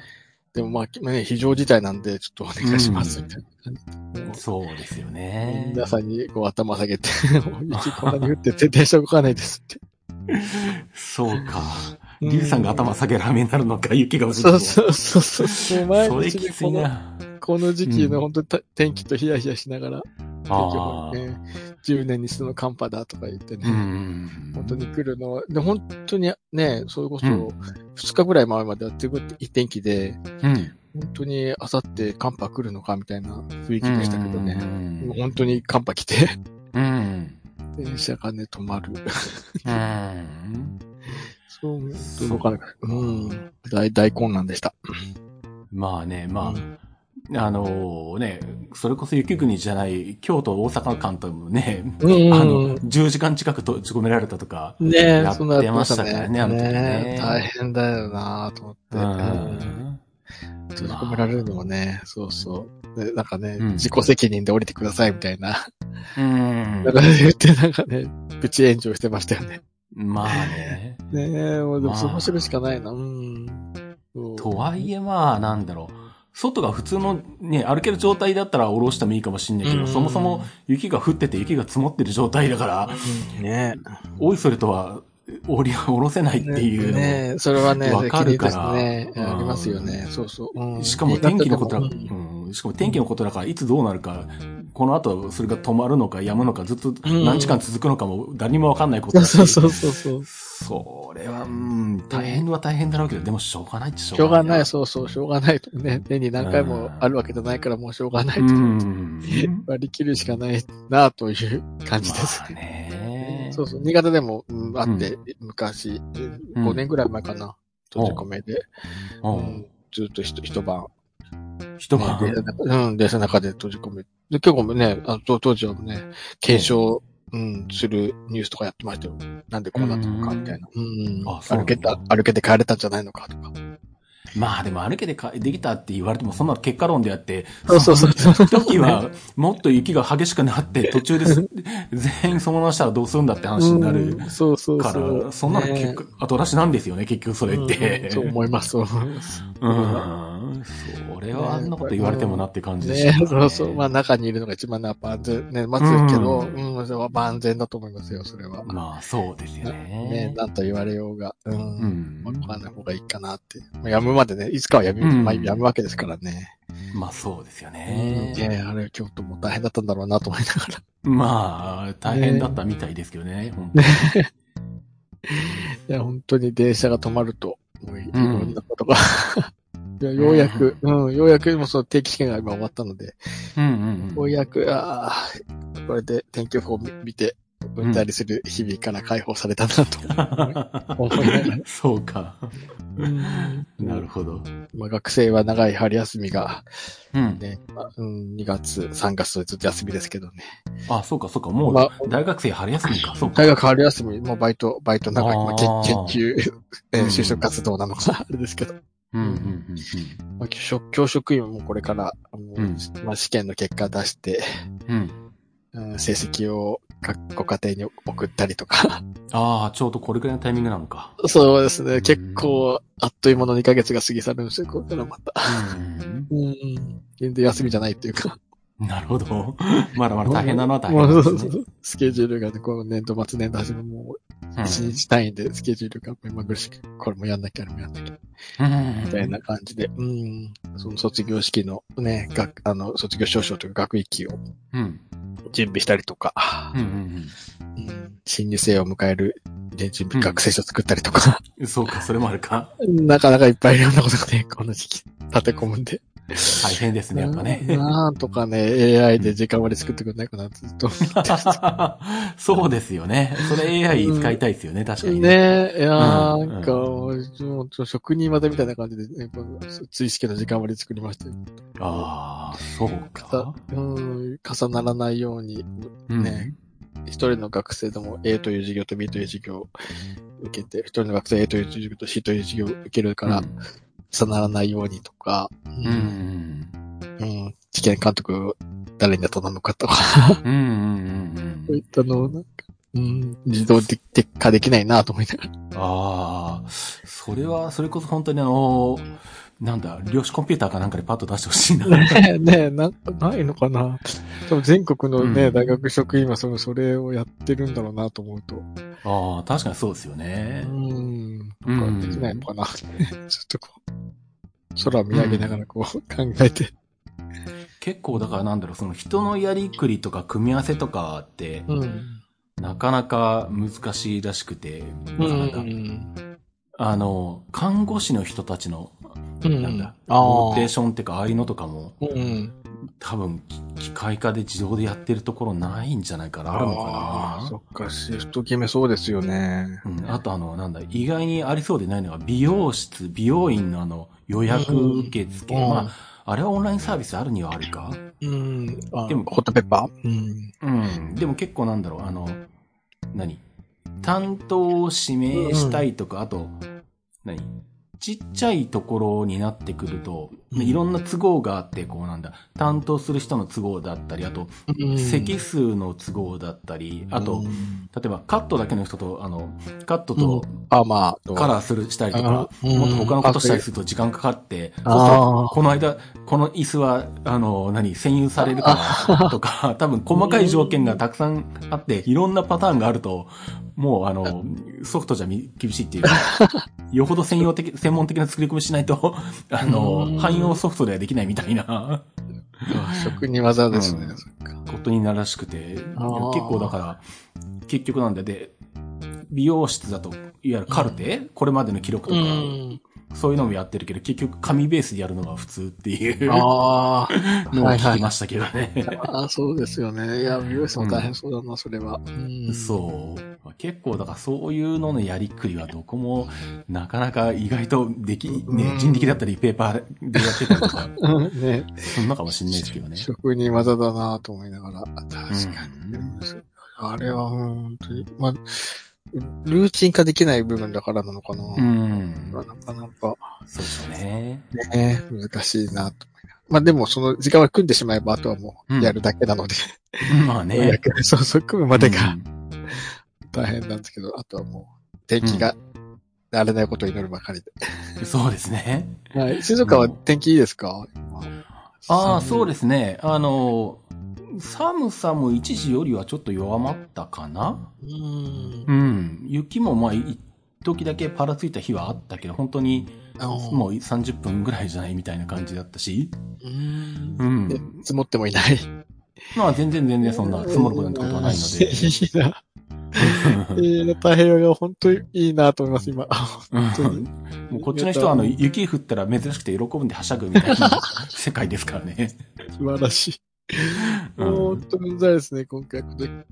Speaker 2: でもまあき、ね、非常事態なんで、ちょっとお願いします、みたいな感じで。
Speaker 1: そうですよね。
Speaker 2: 皆さんにこう頭下 げて、雪こんなに降って絶対下動かないですって。
Speaker 1: そうか。
Speaker 2: うん
Speaker 1: リュウさんが頭下げラーメンになるのか、雪が降る
Speaker 2: そ
Speaker 1: の
Speaker 2: う
Speaker 1: か。
Speaker 2: そうそうそう。そう毎
Speaker 1: それ
Speaker 2: 日
Speaker 1: き
Speaker 2: ね
Speaker 1: つい
Speaker 2: この、
Speaker 1: な。
Speaker 2: この時期
Speaker 1: う
Speaker 2: の
Speaker 1: ん
Speaker 2: 本当にた天気とヒヤヒヤしながら、
Speaker 1: ああ。
Speaker 2: 天気予報ね10年に一度の寒波だとか言って
Speaker 1: う
Speaker 2: ね、
Speaker 1: ん。
Speaker 2: 本当に来るのは、で、本当にね、それこそ
Speaker 1: うん
Speaker 2: 2日ぐらい前までやってくっていい天気で、
Speaker 1: うん。
Speaker 2: 本当にあさって寒波来るのかみたいな雰囲気でしたけど
Speaker 1: う。
Speaker 2: ね。もうん本当に寒波来て、
Speaker 1: うん。
Speaker 2: 電車がね、止まる。
Speaker 1: うん。
Speaker 2: そう、本当に動かなくうん。大、大混乱でした。
Speaker 1: まあね、まあ、あのね、それこそ雪国じゃない、京都、大阪間ともね、
Speaker 2: うん
Speaker 1: あ
Speaker 2: うん
Speaker 1: の、10時間近く閉じ込められたとか、
Speaker 2: ね
Speaker 1: や
Speaker 2: え、
Speaker 1: って
Speaker 2: そんなやって
Speaker 1: ま
Speaker 2: ま
Speaker 1: し
Speaker 2: したた
Speaker 1: から
Speaker 2: ね。
Speaker 1: ねあの時ね
Speaker 2: ねえ大変だよなぁと思って。
Speaker 1: う
Speaker 2: うん
Speaker 1: ん。
Speaker 2: 閉じ込められるのもね、そうそう。でなんかね、
Speaker 1: うん
Speaker 2: 自己責任で降りてくださいみたいな。
Speaker 1: うん
Speaker 2: なん。か言って、なんかね、プチ炎上してましたよね。
Speaker 1: まあね。
Speaker 2: ねえ、もうで
Speaker 1: ま
Speaker 2: も
Speaker 1: あ
Speaker 2: そうするしかないな。うん。そう
Speaker 1: とはいえまあ、なんだろう。外が普通のね、歩ける状態だったら下ろしてもいいかもしんないけど、
Speaker 2: うん
Speaker 1: そもそも雪が降ってて雪が積もってる状態だから、
Speaker 2: うんね
Speaker 1: おいそれとは、降り、下ろせないっていうのも。
Speaker 2: ねえ、それはね、
Speaker 1: わかるから
Speaker 2: 責任ですね。
Speaker 1: うん
Speaker 2: ありますよね。そうそう。うん
Speaker 1: しかも天気のことだ、
Speaker 2: う
Speaker 1: うんん、しかも天気のことだから、いつどうなるか、この後それが止まるのか、やむのか、ずっと
Speaker 2: ん
Speaker 1: 何時間続くのかも、誰にもわかんないこと
Speaker 2: そう
Speaker 1: だし。
Speaker 2: そうそうそう。
Speaker 1: それは、うん、大変は大変だろうけど、でもしょうがないってしょ
Speaker 2: しょうがない、
Speaker 1: し
Speaker 2: そうそう、しょうがないとね。年に何回もあるわけじゃないから、もうしょうがないと。
Speaker 1: うん。
Speaker 2: 割り切るしかないなという感じです
Speaker 1: ま。あね。
Speaker 2: そうそう、新潟でも、うん、あって、昔、
Speaker 1: ん
Speaker 2: 5年ぐらい前かな、閉じ込めで、
Speaker 1: う
Speaker 2: うんんずっと一一晩、
Speaker 1: 一晩
Speaker 2: 電車の中うん、電車の中で閉じ込め。で、結構ね、あの当当時はね、検証、うん、するニュースとかやってましたよ。なんでこうなったのか、みたいな。うん、
Speaker 1: あそうな
Speaker 2: 歩
Speaker 1: んだ
Speaker 2: けた、歩けて帰れたんじゃないのか、とか。
Speaker 1: まあでも歩けてかできたって言われてもそんなの結果論であって、
Speaker 2: そうそうそう
Speaker 1: の時はもっと雪が激しくなって途中です、全員そのまましたらどうするんだって話になる
Speaker 2: うんそうそう
Speaker 1: か
Speaker 2: そう。
Speaker 1: ら、そんなの結
Speaker 2: ね
Speaker 1: 果、後出しなんですよね、結局それって
Speaker 2: うん。そう思います、そう思います。
Speaker 1: うん。それはあんなこと言われてもなって感じで
Speaker 2: ね
Speaker 1: しょ。
Speaker 2: そうそう。まあ中にいるのが一番ね、やっぱ安全、ね、待つけど、うん、それは万全だと思いますよ、それは。
Speaker 1: まあそうですよ
Speaker 2: ね、
Speaker 1: ね。
Speaker 2: なんと言われようが、う。
Speaker 1: うんん
Speaker 2: わ、。かんない方がいいかなって。まあやむまでね、いつかはやむ、
Speaker 1: うん
Speaker 2: まあ、やむわけですからね。
Speaker 1: まあそうですよ
Speaker 2: ね
Speaker 1: ね。
Speaker 2: あれ、京都も大変だったんだろうなと思いながら。
Speaker 1: まあ、大変だったみたいですけどね、本
Speaker 2: いや、本当に電車が止まると、もういい
Speaker 1: うん
Speaker 2: ろんなことが。 いやようやく、うん、ようやく、もうその定期試験が今終わったので、
Speaker 1: 当に。うんうん
Speaker 2: よ
Speaker 1: う。
Speaker 2: うん やく、ああ、これで天気予報を見見て、うんたりする日々から解放されたなと思いながら。
Speaker 1: そうか。なるほど。
Speaker 2: まあ、学生は長い春休みが、
Speaker 1: うん。
Speaker 2: ね、まあうん、2月、3月とずっと休みですけどね。
Speaker 1: あ、そうか、そうか。も
Speaker 2: ま
Speaker 1: う
Speaker 2: あ、
Speaker 1: 大学生春休みか。そうか。
Speaker 2: 大学春休み、もうバイト、バイトの中に、まあ、
Speaker 1: あー
Speaker 2: 研研究、え
Speaker 1: うん
Speaker 2: ー就職活動なのか、あれですけど、
Speaker 1: うん、うん、
Speaker 2: まあ、教職教職員もこれから、あの
Speaker 1: うん
Speaker 2: まあ、試験の結果出して、
Speaker 1: うん。うん。
Speaker 2: うん成績をかご家庭に送ったりとか。
Speaker 1: ああ、ちょうどこれくらいのタイミングなのか。
Speaker 2: そうですね。結構、あっという間の2ヶ月が過ぎ去るんですよ、これからまた。
Speaker 1: うん。
Speaker 2: うん。全然休みじゃないっていうか。
Speaker 1: なるほど。まだまだ大変なのは大
Speaker 2: もう
Speaker 1: 変
Speaker 2: そ
Speaker 1: で
Speaker 2: う
Speaker 1: す
Speaker 2: そ
Speaker 1: ね。
Speaker 2: うそうスケジュールがね、この年度末年度始めもう、一
Speaker 1: うん
Speaker 2: 日単位でスケジュールが目まぐるしく、これもやんなきゃ、あれもやんなきゃ、みたいな感じで、うん。その卒業式のね、学、あの、卒業証書というか学域を
Speaker 1: うん。
Speaker 2: 準備したりとか
Speaker 1: うん、うん
Speaker 2: うん新入生を迎える、ね、準備、
Speaker 1: うん
Speaker 2: 学生証作ったり とか、
Speaker 1: うん。そうか、それもあるか。
Speaker 2: なかなかいっぱいいろんなことがね、この時期、立て込むんで。
Speaker 1: 大変ですね、やっぱね。
Speaker 2: なんとかね、AI で時間割り作ってくれないかな、ずっと思ってる。
Speaker 1: そうですよね。それ AI 使いたいですよね、確かにね。
Speaker 2: ねえ、いやー、
Speaker 1: うん
Speaker 2: なんか、もうちょっと職人技みたいな感じで、ね、この追試験の時間割り作りまして、
Speaker 1: ああ、そう
Speaker 2: か
Speaker 1: か。
Speaker 2: うん、重ならないように、
Speaker 1: うん
Speaker 2: ね一人の学生でも A という授業と B という授業を受けて、一人の学生 A という授業と C という授業を受けるから、重ならないようにとか、う
Speaker 1: うん。うん。
Speaker 2: うん、試験監督を誰に頼むかとか、
Speaker 1: うんうんうん
Speaker 2: そううい
Speaker 1: ん
Speaker 2: っ。たのをなんか、うん、自動的化できないなと思いながら。
Speaker 1: ああ、それは、それこそ本当にあの、なんだ、量子コンピューターかなんかでパッと出してほしいな。
Speaker 2: ねえ、 ねえ、なんかないのかな多分全国のね、
Speaker 1: うん
Speaker 2: 大学職員はその、それをやってるんだろうなと思うと。
Speaker 1: ああ、確かにそうですよ
Speaker 2: う
Speaker 1: ね。
Speaker 2: ん。と
Speaker 1: う
Speaker 2: か
Speaker 1: ん
Speaker 2: できないのかな、 ちょっとこう、空を見上げながらこう、考えて。
Speaker 1: 結構だからなんだろう、その人のやりくりとか組み合わせとかって、
Speaker 2: うん。
Speaker 1: なかなか難しいらしくて、
Speaker 2: う
Speaker 1: なんか
Speaker 2: ん。
Speaker 1: あの、看護師の人たちの、
Speaker 2: う
Speaker 1: なんだ、
Speaker 2: ああ
Speaker 1: ローテーションってか、ああいうのとかも、
Speaker 2: うん。
Speaker 1: 多分、き機械化で自動でやってるところないんじゃないかな、あるの
Speaker 2: あー
Speaker 1: か
Speaker 2: そっか、シフト決めそうですよね。
Speaker 1: な。うん、あとあの、なんだ、意外にありそうでないのが、美容室、美容院のあの、予約受付。
Speaker 2: うん
Speaker 1: まあ、あれはオンラインサービスあるにはあるか。
Speaker 2: うん。あ
Speaker 1: でも
Speaker 2: ホットペッパーうん。
Speaker 1: うん。でも結構なんだろう、あの、何担当を指名したいとか、あと、何ちっちゃいところになってくると、
Speaker 2: うん
Speaker 1: いろんな都合があって、こうなんだ、担当する人の都合だったり、あと、
Speaker 2: うん
Speaker 1: 席数の都合だったり、あと、
Speaker 2: う
Speaker 1: 例
Speaker 2: ん
Speaker 1: えばカットだけの人と、あの、カットと
Speaker 2: あ、まあ、
Speaker 1: カラーする、したりとか、
Speaker 2: うん
Speaker 1: もっと他のことしたりすると時間かかって、そうする
Speaker 2: あ
Speaker 1: と
Speaker 2: ー
Speaker 1: この間、この椅子は、あの、何、占有されるから、とか、多分細かい条件がたくさんあって、いろんなパターンがあると、もう、あの、ソフトじゃみ厳しいっていう か、よほど専用的、専門的な作り込みしないと、あ
Speaker 2: うん
Speaker 1: の、汎用ソフトではできないみたいな。
Speaker 2: 職人技ですね。
Speaker 1: うん
Speaker 2: そっか
Speaker 1: ことになるらしくて、結
Speaker 2: あー
Speaker 1: 構だから、結局なんだで、美容室だと、いわゆるカルテ、これまでの記録とか、そういうのもやってるけど、結局紙ベースでやるのが普通っていうのを
Speaker 2: ああ、はいは
Speaker 1: 聞
Speaker 2: い
Speaker 1: き。ましたけどね。
Speaker 2: あそうですよね。いや、美容師も大変そうだな、それは。うん
Speaker 1: そう。結構だからそういうののやりくりはどこも、なかなか意外とでき、
Speaker 2: う
Speaker 1: ね
Speaker 2: ん、
Speaker 1: 人力だったりペーパーでやってたりと か、
Speaker 2: うん。ね、
Speaker 1: そんなかもしれないですけどね。
Speaker 2: 職人技だなと思いながら。確かに。
Speaker 1: うん
Speaker 2: あれは本当に、まあ、ルーチン化できない部分だからなのかな。
Speaker 1: うん。
Speaker 2: なかなか
Speaker 1: そうですよね。
Speaker 2: ね、難しいなと思いながら。まあでも、その時間は組んでしまえば、あとはも
Speaker 1: うん
Speaker 2: うやるだけなので、
Speaker 1: まあ
Speaker 2: や
Speaker 1: ね。
Speaker 2: る そうそう、組むまでが
Speaker 1: うん
Speaker 2: 大変なんですけど、あとはもう、天気が慣れないことを祈るばかりで。
Speaker 1: そうですね。
Speaker 2: はい。静岡は天気いいですか
Speaker 1: ああ、そう
Speaker 2: で
Speaker 1: ですね。あの、寒さも一時よりはちょっと弱まったかな
Speaker 2: す。うん
Speaker 1: う。ん。雪もまあ、一時だけパラついた日はあったけど、本当に
Speaker 2: あの
Speaker 1: もう30分ぐらいじゃないみたいな感じだったし。
Speaker 2: うん
Speaker 1: う。ん
Speaker 2: で。積もってもいない。
Speaker 1: まあ、全然全然そんな積もることなんてことはないの
Speaker 2: い
Speaker 1: で。
Speaker 2: いな。いいな、太平洋側本当にいいなと思います、今。
Speaker 1: うんもうこっちの人はあの、雪降ったら珍しくて喜ぶんではしゃぐみたい な世界ですからね。
Speaker 2: 素晴らしい。
Speaker 1: う
Speaker 2: 本
Speaker 1: ん。
Speaker 2: 当にうざいですね、今回。うん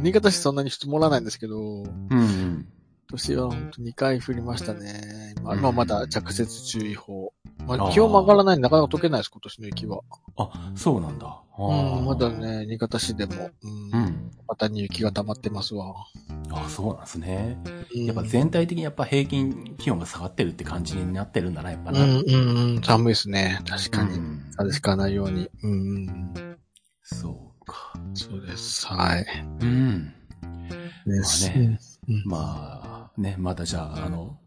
Speaker 2: 新潟市そんなに積もらないんですけど、
Speaker 1: うん。
Speaker 2: 年は本当2回降りましたね。今、今まだ着雪注意報。まあ、気温も上がらないんでなかなか溶けないです、今年の雪は。
Speaker 1: あ、そうなんだ。
Speaker 2: うん、まだね、新潟市でも、う、
Speaker 1: うんん。
Speaker 2: またに雪が溜まってますわ。
Speaker 1: あ、そうなんですね。
Speaker 2: うん
Speaker 1: やっぱ全体的にやっぱ平均気温が下がってるって感じになってるんだな、やっぱ
Speaker 2: う
Speaker 1: な。
Speaker 2: ん、うん、うん、寒いですね。確か
Speaker 1: う
Speaker 2: に。
Speaker 1: ん
Speaker 2: 風邪ひかないように。うん、
Speaker 1: そうか。
Speaker 2: そうです。はい。
Speaker 1: うん。
Speaker 2: で
Speaker 1: ま
Speaker 2: す。
Speaker 1: あね
Speaker 2: うん
Speaker 1: まあ、ね、まだじゃあ、あの、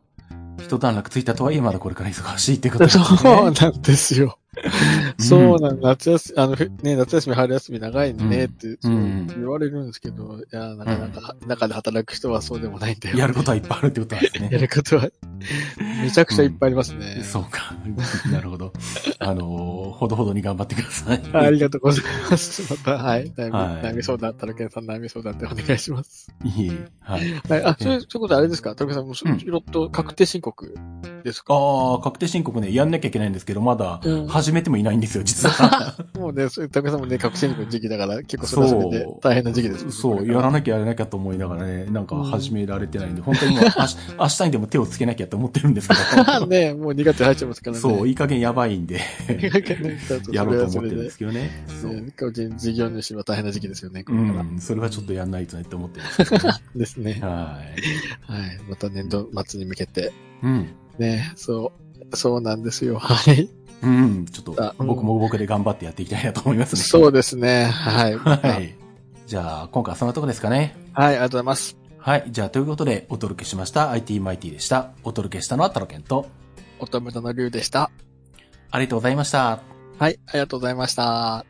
Speaker 1: 一段落ついたとはいえ、まだこれから忙しいってことですね。
Speaker 2: そうなんです
Speaker 1: う
Speaker 2: よ。
Speaker 1: ん
Speaker 2: そうなん、夏休み、あの、ふね、夏休み、春休み長いねってそう
Speaker 1: うん
Speaker 2: 言われるんですけど、いや、なかなか、中で働く人はそうでもないんだよ。
Speaker 1: やることはいっぱいあるってことなんです
Speaker 2: や
Speaker 1: ね。
Speaker 2: ることは、めちゃくちゃいっぱいありますね。
Speaker 1: そうか。 なるほど。あの、ほどほどに頑張ってください。
Speaker 2: ありがとうございます。また、はい。悩み、
Speaker 1: はい
Speaker 2: 悩み相談、タロケンさん悩み相談でお願いします。
Speaker 1: いえいえはい。
Speaker 2: はい。あ、
Speaker 1: え
Speaker 2: そういう、そういうことあれですかタロケンさんもう、
Speaker 1: うん
Speaker 2: いろっと確定申告ですか
Speaker 1: ああ、確定申告ね、やんなきゃいけないんですけど、まだ
Speaker 2: うん、
Speaker 1: 始めてもいないんですよ、実 は。
Speaker 2: もうね、そういうタロケンさんもね、確定申告の時期だから、結構それはそれで
Speaker 1: そう
Speaker 2: 大変な時期です、
Speaker 1: そう、 やらなきゃやらなきゃと思いながらね、なんか始められてないんで、本当にもう、あし明日にでも手をつけなきゃと思ってるんですけ ど、
Speaker 2: ね、もう2月入っちゃいますからね。
Speaker 1: そう、いい加減やばいんで、 やろうと思ってるんです
Speaker 2: け
Speaker 1: けどね。そ
Speaker 2: ど。
Speaker 1: う。
Speaker 2: ね個人事業主は大変な時期ですよね、こ
Speaker 1: う
Speaker 2: れから。
Speaker 1: ん、それはちょっとやんないとねって思ってますけどね。
Speaker 2: で す
Speaker 1: は
Speaker 2: ね。
Speaker 1: い。
Speaker 2: はい。また年度末に向けて。
Speaker 1: うん。
Speaker 2: ね、そう、そうなんですよ。はい。
Speaker 1: うん、ちょっ
Speaker 2: あ
Speaker 1: と、
Speaker 2: うん
Speaker 1: 僕も僕で頑張ってやっていきたいなと思いますね。
Speaker 2: そうですね。はい。
Speaker 1: は
Speaker 2: はい。
Speaker 1: い。じゃあ、今回はそんなとこですかね。
Speaker 2: ありがとうございます。
Speaker 1: はい。じゃあ、ということで、お届けしました IT マイティでした。お届けしたのはタロケンと、
Speaker 2: 乙女座の龍でした。
Speaker 1: ありがとうございました。
Speaker 2: はい。ありがとうございました。